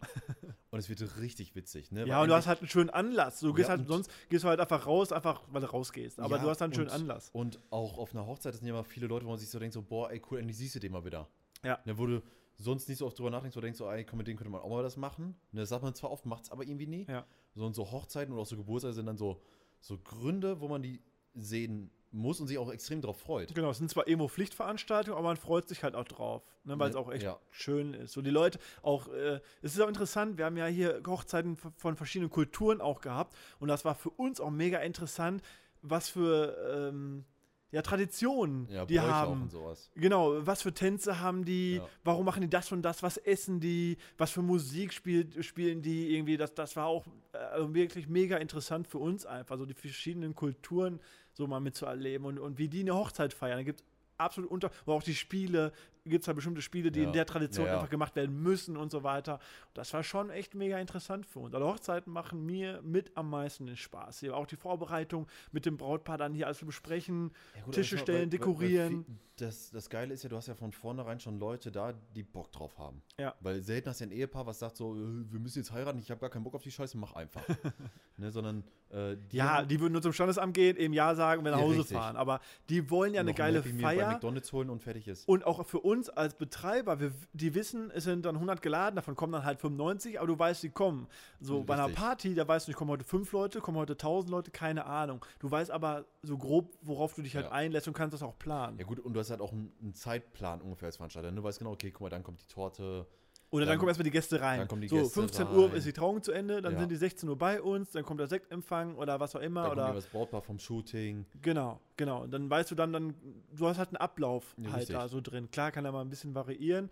und es wird richtig witzig. Ne? Ja, Weil und du eigentlich- hast halt einen schönen Anlass. Du gehst Ja, halt, und- sonst gehst du halt einfach raus, einfach weil du rausgehst. Aber Ja, du hast dann einen schönen und- Anlass. Und auch auf einer Hochzeit das sind ja immer viele Leute, wo man sich so denkt, so, boah, ey, cool, endlich siehst du den mal wieder. Ja. Ne, wo du sonst nicht so oft drüber nachdenkst, wo du denkst, so, ey, komm, mit denen könnte man auch mal das machen. Ne, das sagt man zwar oft, macht's aber irgendwie nie. Ja. So, und so Hochzeiten und auch so Geburtstage sind dann so, so Gründe, wo man die sehen muss und sich auch extrem drauf freut. Genau, es sind zwar Emo-Pflichtveranstaltungen, aber man freut sich halt auch drauf, ne, weil es Ne, auch echt ja. schön ist. So die Leute auch, äh, es ist auch interessant, wir haben ja hier Hochzeiten f- von verschiedenen Kulturen auch gehabt und das war für uns auch mega interessant, was für, ähm, ja, Traditionen, Ja, die Bräuche haben. auch und sowas. Genau, was für Tänze haben die, Ja. warum machen die das und das, was essen die, was für Musik spielt, spielen die irgendwie, das, das war auch äh, also wirklich mega interessant für uns einfach, so die verschiedenen Kulturen so mal mitzuerleben und, und wie die eine Hochzeit feiern. Da gibt es absolut unter, aber auch die Spiele, gibt es da bestimmte Spiele, die Ja. in der Tradition Ja, ja. einfach gemacht werden müssen und so weiter. Das war schon echt mega interessant für uns. Also Hochzeiten machen mir mit am meisten den Spaß. Hier auch die Vorbereitung mit dem Brautpaar dann hier alles zu besprechen, Ja, gut, aber Tische schau, stellen, weil- weil- dekorieren. Weil, viel- das, das Geile ist ja, du hast ja von vornherein schon Leute da, die Bock drauf haben. Ja. Weil selten hast du ja ein Ehepaar, was sagt so, äh, wir müssen jetzt heiraten, ich habe gar keinen Bock auf die Scheiße, mach [laughs] einfach. ne, sondern äh, die Ja, haben die würden nur zum Standesamt gehen, eben Ja sagen und wir nach Ja, Hause richtig. fahren. Aber die wollen ja eine noch geile Happy Meal bei Feier. McDonalds holen und fertig ist. Und auch für uns als Betreiber, wir, die wissen, es sind dann 100 geladen, davon kommen dann halt 95, aber du weißt, die kommen. So bei einer Richtig. Party, da weißt du, nicht, kommen heute fünf Leute, kommen heute 1000 Leute, keine Ahnung. Du weißt aber so grob, worauf du dich halt Ja. einlässt und kannst das auch planen. Ja gut, und du hast halt auch einen, einen Zeitplan ungefähr als Veranstalter. Du weißt genau, okay, guck mal, dann kommt die Torte. Oder dann, Dann- kommen erstmal die Gäste rein. dann kommen die so, Gäste 15 Uhr rein. ist die Trauung zu Ende, dann Ja. sind die 16 Uhr bei uns, dann kommt der Sektempfang oder was auch immer. Dann oder kommt das Brautpaar vom Shooting. Genau, genau. Und dann weißt du dann, dann, du hast halt einen Ablauf Ja, halt richtig. da so drin. Klar kann er mal ein bisschen variieren,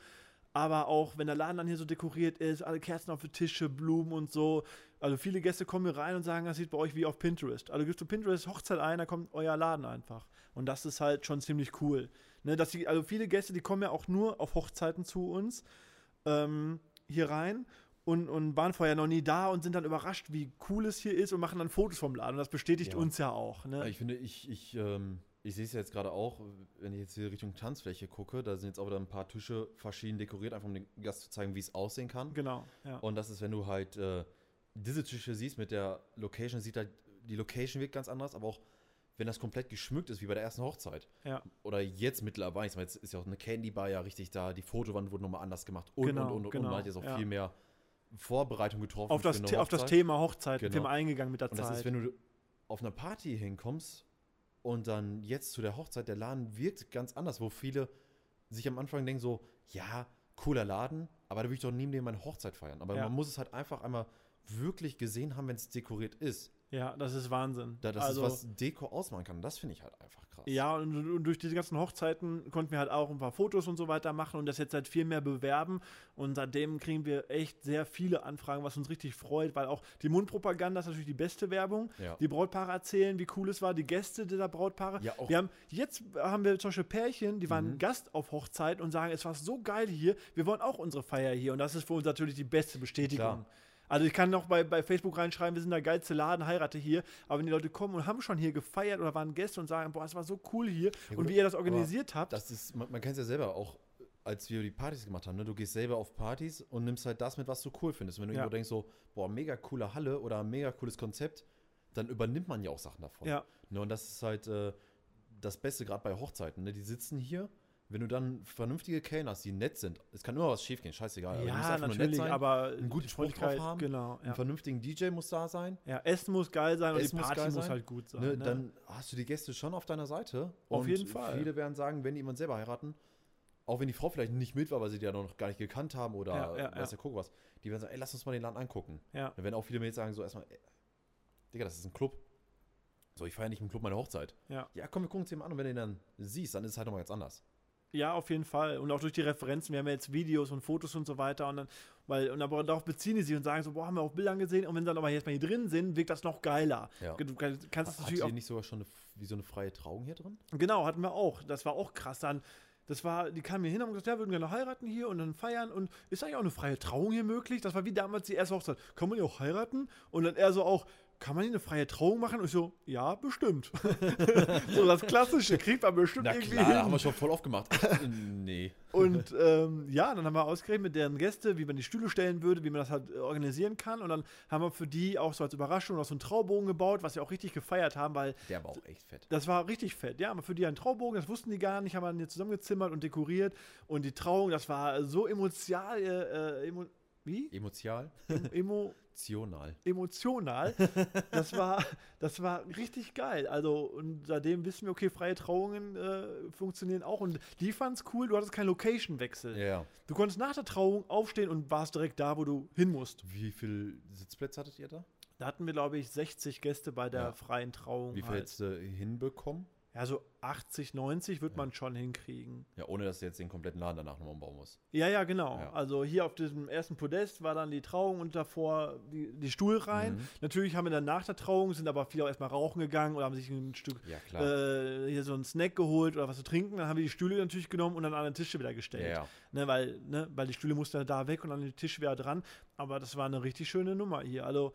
aber auch wenn der Laden dann hier so dekoriert ist, alle Kerzen auf die Tische, Blumen und so. Also viele Gäste kommen hier rein und sagen, das sieht bei euch wie auf Pinterest. Also gibst du Pinterest Hochzeit ein, da kommt euer Laden einfach. Und das ist halt schon ziemlich cool. Ne, dass die, also viele Gäste, die kommen ja auch nur auf Hochzeiten zu uns ähm, hier rein und, und waren vorher noch nie da und sind dann überrascht, wie cool es hier ist und machen dann Fotos vom Laden. Und das bestätigt Ja. uns ja auch. Ne? Ja, Ich finde, ich, ich, ähm, ich sehe es ja jetzt gerade auch, wenn ich jetzt hier Richtung Tanzfläche gucke, da sind jetzt auch wieder ein paar Tische verschieden dekoriert, einfach um den Gast zu zeigen, wie es aussehen kann. Genau, ja. Und das ist, wenn du halt äh, diese Tische siehst mit der Location, sieht halt, die Location wirkt ganz anders, aber auch wenn das komplett geschmückt ist, wie bei der ersten Hochzeit. ja. Oder jetzt mittlerweile, ich meine, jetzt ist ja auch eine Candy Bar ja richtig da, die Fotowand wurde nochmal anders gemacht und Genau, und und und, genau, und man hat jetzt auch ja. viel mehr Vorbereitung getroffen. Auf, das, für eine The- auf das Hochzeit. Thema Hochzeit Genau. Thema eingegangen mit der Und Zeit. das ist, wenn du auf einer Party hinkommst und dann jetzt zu der Hochzeit, der Laden wirkt ganz anders, wo viele sich am Anfang denken so, ja, cooler Laden, aber da will ich doch neben dem meine Hochzeit feiern. Aber Ja. man muss es halt einfach einmal wirklich gesehen haben, wenn es dekoriert ist. ja, das ist Wahnsinn. Da, das also, ist, was Deko ausmachen kann. Das finde ich halt einfach krass. Ja, und, und durch diese ganzen Hochzeiten konnten wir halt auch ein paar Fotos und so weiter machen und das jetzt halt viel mehr bewerben. Und seitdem kriegen wir echt sehr viele Anfragen, was uns richtig freut, weil auch die Mundpropaganda ist natürlich die beste Werbung. Ja. Die Brautpaare erzählen, wie cool es war, die Gäste der Brautpaare. Ja, auch- Mhm. wir haben, jetzt haben wir zum Beispiel Pärchen, die waren Gast auf Hochzeit und sagen, es war so geil hier, wir wollen auch unsere Feier hier. Und das ist für uns natürlich die beste Bestätigung. Klar. Also ich kann noch bei, bei Facebook reinschreiben, wir sind der geilste Laden, heirate hier. Aber wenn die Leute kommen und haben schon hier gefeiert oder waren Gäste und sagen, boah, es war so cool hier und gut, wie ihr das aber organisiert habt. Das ist, man, man kennt es ja selber auch, als wir die Partys gemacht haben, ne? du gehst selber auf Partys und nimmst halt das mit, was du cool findest. Und wenn du Ja. irgendwo denkst so, boah, mega coole Halle oder mega cooles Konzept, dann übernimmt man ja auch Sachen davon. Ja. Ne? Und das ist halt äh, das Beste gerade bei Hochzeiten. Ne? Die sitzen hier, wenn du dann vernünftige Kellner hast, die nett sind, es kann immer was schief gehen, scheißegal. aber die müssen ja, einfach nur nett natürlich, sein, aber einen guten die Spruch drauf Freundlichkeit, haben, Genau, einen ja. vernünftigen DJ muss da sein. ja. Essen muss geil sein Essen und muss die Party geil muss, sein, halt gut sein. Ne, ne? Dann hast du die Gäste schon auf deiner Seite. Auf jeden Fall. Viele werden sagen, wenn die jemand selber heiraten, auch wenn die Frau vielleicht nicht mit war, weil sie die ja noch gar nicht gekannt haben oder Ja, ja, weiß ja. der Kuckuck was, die werden sagen, ey, lass uns mal den Laden angucken. ja. Dann werden auch viele Mädels sagen, so erstmal, ey, Digga, das ist ein Club. So, ich feiere nicht im Club meine Hochzeit. Ja. ja, komm, wir gucken uns den mal an und wenn du ihn dann siehst, dann ist es halt nochmal ganz anders. Ja, auf jeden Fall. Und auch durch die Referenzen. Wir haben ja jetzt Videos und Fotos und so weiter. Und dann, weil, und aber darauf beziehen die sich und sagen so, boah, haben wir auf Bildern gesehen. Und wenn sie dann aber jetzt mal hier drin sind, wirkt das noch geiler. Ja. Du kann- kannst es Hat natürlich ihr auch. nicht sogar schon eine, wie so eine freie Trauung hier drin? Genau, hatten wir auch. Das war auch krass. Dann, das war, die kamen hier hin und haben gesagt, ja, würden gerne heiraten hier und dann feiern. Und ist eigentlich auch eine freie Trauung hier möglich? Das war wie damals die erste Hochzeit. Kann man hier auch heiraten? Und dann er so auch. Kann man hier eine freie Trauung machen? Und ich so, ja, bestimmt. [laughs] so das Klassische kriegt man bestimmt Na irgendwie klar, hin. da haben wir schon voll oft gemacht. [laughs] nee. Und ähm, ja, dann haben wir ausgerechnet mit deren Gäste, wie man die Stühle stellen würde, wie man das halt äh, organisieren kann. Und dann haben wir für die auch so als Überraschung noch so einen Traubogen gebaut, was wir auch richtig gefeiert haben, weil Der war auch echt fett. das war richtig fett. Ja, aber für die einen Traubogen, das wussten die gar nicht, haben wir dann hier zusammengezimmert und dekoriert. Und die Trauung, das war so emotional, äh, äh, emo [laughs] wie? Emotional. Emo Emotional. emotional. Das war, das war richtig geil. Also, und seitdem wissen wir, okay, freie Trauungen äh, funktionieren auch. Und die fand's cool, du hattest keinen Location-Wechsel. ja. Du konntest nach der Trauung aufstehen und warst direkt da, wo du hin musst. Wie viel Sitzplätze hattet ihr da? Da hatten wir, glaube ich, 60 Gäste bei der Ja. freien Trauung. Wie viel halt. hättest du hinbekommen? ja, so 80, 90 wird man schon hinkriegen. Ja, ohne dass du jetzt den kompletten Laden danach nochmal umbauen musst. Ja, ja, genau. Ja. Also hier auf diesem ersten Podest war dann die Trauung und davor die, die Stuhlreihen. Mhm. Natürlich haben wir dann nach der Trauung, sind aber viele auch erstmal rauchen gegangen oder haben sich ein Stück Ja, klar. äh, hier so einen Snack geholt oder was zu trinken. Dann haben wir die Stühle natürlich genommen und dann an den Tische wieder gestellt. ja, ja. Ne, weil, ne, weil die Stühle mussten ja da weg und an den Tisch wieder dran. Aber das war eine richtig schöne Nummer hier. Also,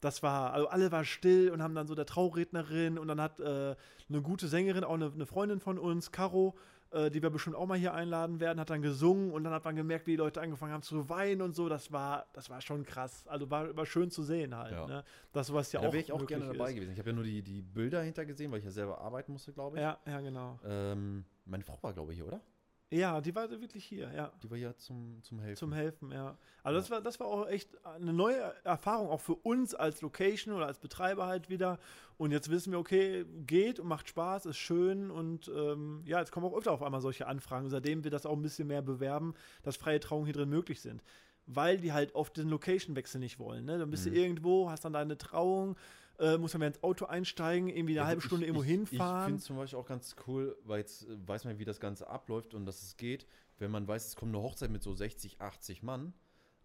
das war, also alle waren still und haben dann so der Traurednerin und dann hat äh, eine gute Sängerin, auch eine, eine Freundin von uns, Caro, äh, die wir bestimmt auch mal hier einladen werden, hat dann gesungen und dann hat man gemerkt, wie die Leute angefangen haben zu weinen und so. Das war, das war schon krass. Also war, war schön zu sehen halt. Ja. Ne? Das, was ja da auch. wäre ich auch gerne möglich dabei ist. gewesen. Ich habe ja nur die, die Bilder hinter gesehen, weil ich ja selber arbeiten musste, glaube ich. Ja, ja, genau. Ähm, meine Frau war, glaube ich, hier, oder? Ja, die war wirklich hier, ja. Die war ja zum, zum Helfen. Zum Helfen, ja. Also das war, das war auch echt eine neue Erfahrung, auch für uns als Location oder als Betreiber halt wieder. Und jetzt wissen wir, okay, geht und macht Spaß, ist schön und ähm, ja, jetzt kommen auch öfter auf einmal solche Anfragen, seitdem wir das auch ein bisschen mehr bewerben, dass freie Trauungen hier drin möglich sind. Weil die halt oft den Location-Wechsel nicht wollen. Ne? Dann bist Mhm. du irgendwo, hast dann deine Trauung, äh, musst dann wieder ins Auto einsteigen, irgendwie eine halbe Also Ich- Stunde ich, irgendwo ich, Ich hinfahren. finde zum Beispiel auch ganz cool, weil jetzt äh, weiß man, wie das Ganze abläuft und dass es geht, wenn man weiß, es kommt eine Hochzeit mit so 60, 80 Mann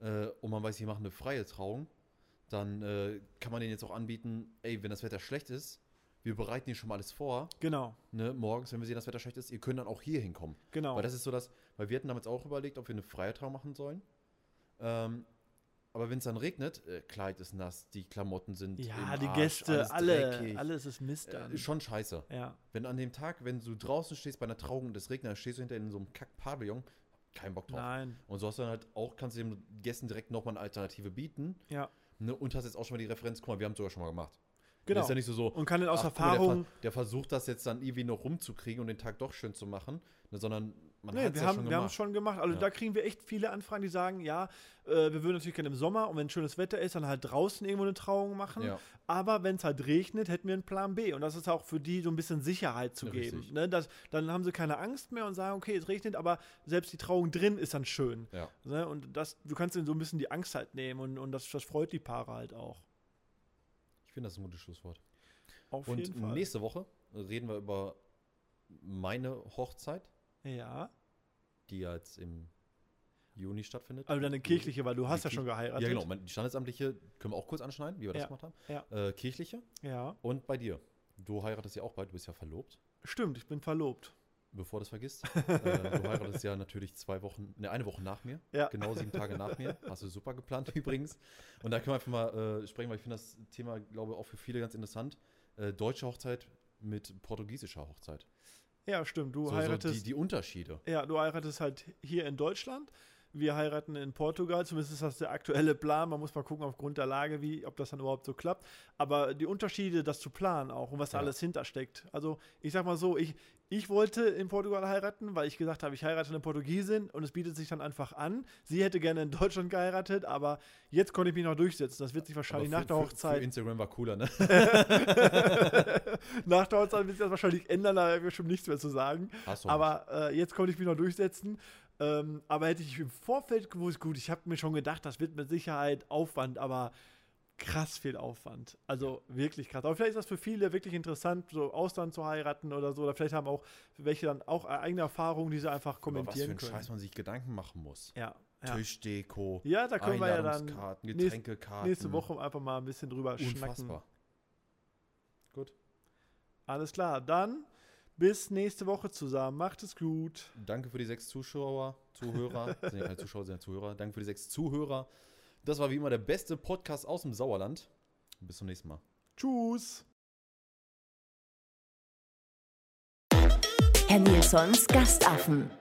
äh, und man weiß, die machen eine freie Trauung, dann äh, kann man denen jetzt auch anbieten, ey, wenn das Wetter schlecht ist, wir bereiten hier schon mal alles vor, genau, ne, morgens, wenn wir sehen, das Wetter schlecht ist, ihr könnt dann auch hier hinkommen. genau. Weil das ist so das, weil wir hatten damals auch überlegt, ob wir eine Freitrau machen sollen. Ähm, aber wenn es dann regnet, äh, Kleid ist nass, die Klamotten sind ja, im die Arsch, Gäste, alles alle, dreckig. alles ist Mist dann. Äh, ist schon scheiße. ja. Wenn an dem Tag, wenn du draußen stehst bei einer Trauung und es regnet, dann stehst du hinter in so einem Kack-Pavillon, kein Bock drauf. Nein. Und so hast du dann halt auch, kannst du den Gästen direkt nochmal eine Alternative bieten. Ja, Ne? Und hast jetzt auch schon mal die Referenz, guck mal, wir haben es sogar schon mal gemacht. genau. Das ist ja nicht so so. und kann dann aus ach, guck mal, Erfahrung. Der, ver- der versucht das jetzt dann irgendwie noch rumzukriegen und den Tag doch schön zu machen, ne? sondern man Nee, hat wir es ja haben wir schon haben es gemacht. schon gemacht. Also Ja. da kriegen wir echt viele Anfragen, die sagen, ja, äh, wir würden natürlich gerne im Sommer und wenn schönes Wetter ist, dann halt draußen irgendwo eine Trauung machen. Ja. Aber wenn es halt regnet, hätten wir einen Plan B. Und das ist auch für die so ein bisschen Sicherheit zu geben. Richtig. Ne? Das, dann haben sie keine Angst mehr und sagen, okay, es regnet, aber selbst die Trauung drin ist dann schön. ja. Ne? Und das, du kannst ihnen so ein bisschen die Angst halt nehmen und, und das, das freut die Paare halt auch. Ich finde das ist ein gutes Schlusswort. Auf und jeden Fall. nächste Woche reden wir über meine Hochzeit, ja. die ja jetzt im Juni stattfindet. Also deine kirchliche, weil du hast ja schon geheiratet. Ja, genau. mein- Die standesamtliche können wir auch kurz anschneiden, wie wir das Ja, gemacht haben. ja. Äh, kirchliche Ja. und bei dir. Du heiratest ja auch bald, du bist ja verlobt, Stimmt, ich bin verlobt. bevor du es vergisst. äh, du heiratest ja natürlich zwei Wochen, ne, eine Woche nach mir. Ja. Genau sieben Tage nach mir. Hast du super geplant [laughs] übrigens. Und da können wir einfach mal äh, sprechen, weil ich finde das Thema, glaube ich, auch für viele ganz interessant. Äh, deutsche Hochzeit mit portugiesischer Hochzeit. Ja, stimmt. Du So, so heiratest. die, die Unterschiede. Ja, du heiratest halt hier in Deutschland. Wir heiraten in Portugal, zumindest ist das der aktuelle Plan. Man muss mal gucken aufgrund der Lage, wie, ob das dann überhaupt so klappt. Aber die Unterschiede, das zu planen auch und was da Ja. alles hintersteckt. Also ich sag mal so, ich, ich wollte in Portugal heiraten, weil ich gesagt habe, ich heirate eine Portugiesin und es bietet sich dann einfach an. Sie hätte gerne in Deutschland geheiratet, aber jetzt konnte ich mich noch durchsetzen. Das wird sich wahrscheinlich Aber nach der für, Für, für Hochzeit. Instagram war [laughs] cooler, ne? Nach der Hochzeit wird sich das wahrscheinlich ändern, da habe ich bestimmt nichts mehr zu sagen. Hast du Aber äh, jetzt konnte ich mich noch durchsetzen. Ähm, aber hätte ich im Vorfeld gewusst, gut, ich habe mir schon gedacht, das wird mit Sicherheit Aufwand, aber krass viel Aufwand. Also wirklich krass. Aber vielleicht ist das für viele wirklich interessant, so Ausland zu heiraten oder so. Oder vielleicht haben auch welche dann auch e-, eigene Erfahrungen, die sie einfach Über was für kommentieren einen können. Scheiß man sich Gedanken machen muss. Ja, ja. Tischdeko, ja, da können wir ja dann Einladungskarten, nächst- Getränkekarten. nächste Woche einfach mal ein bisschen drüber schnacken. Unfassbar. Gut. Alles klar, dann bis nächste Woche zusammen. Macht es gut. Danke für die sechs Zuschauer, Zuhörer. Das sind ja keine Zuschauer, sind ja Zuhörer. Danke für die sechs Zuhörer. Das war wie immer der beste Podcast aus dem Sauerland. Bis zum nächsten Mal. Tschüss. Herr Nilsons Gastaffen.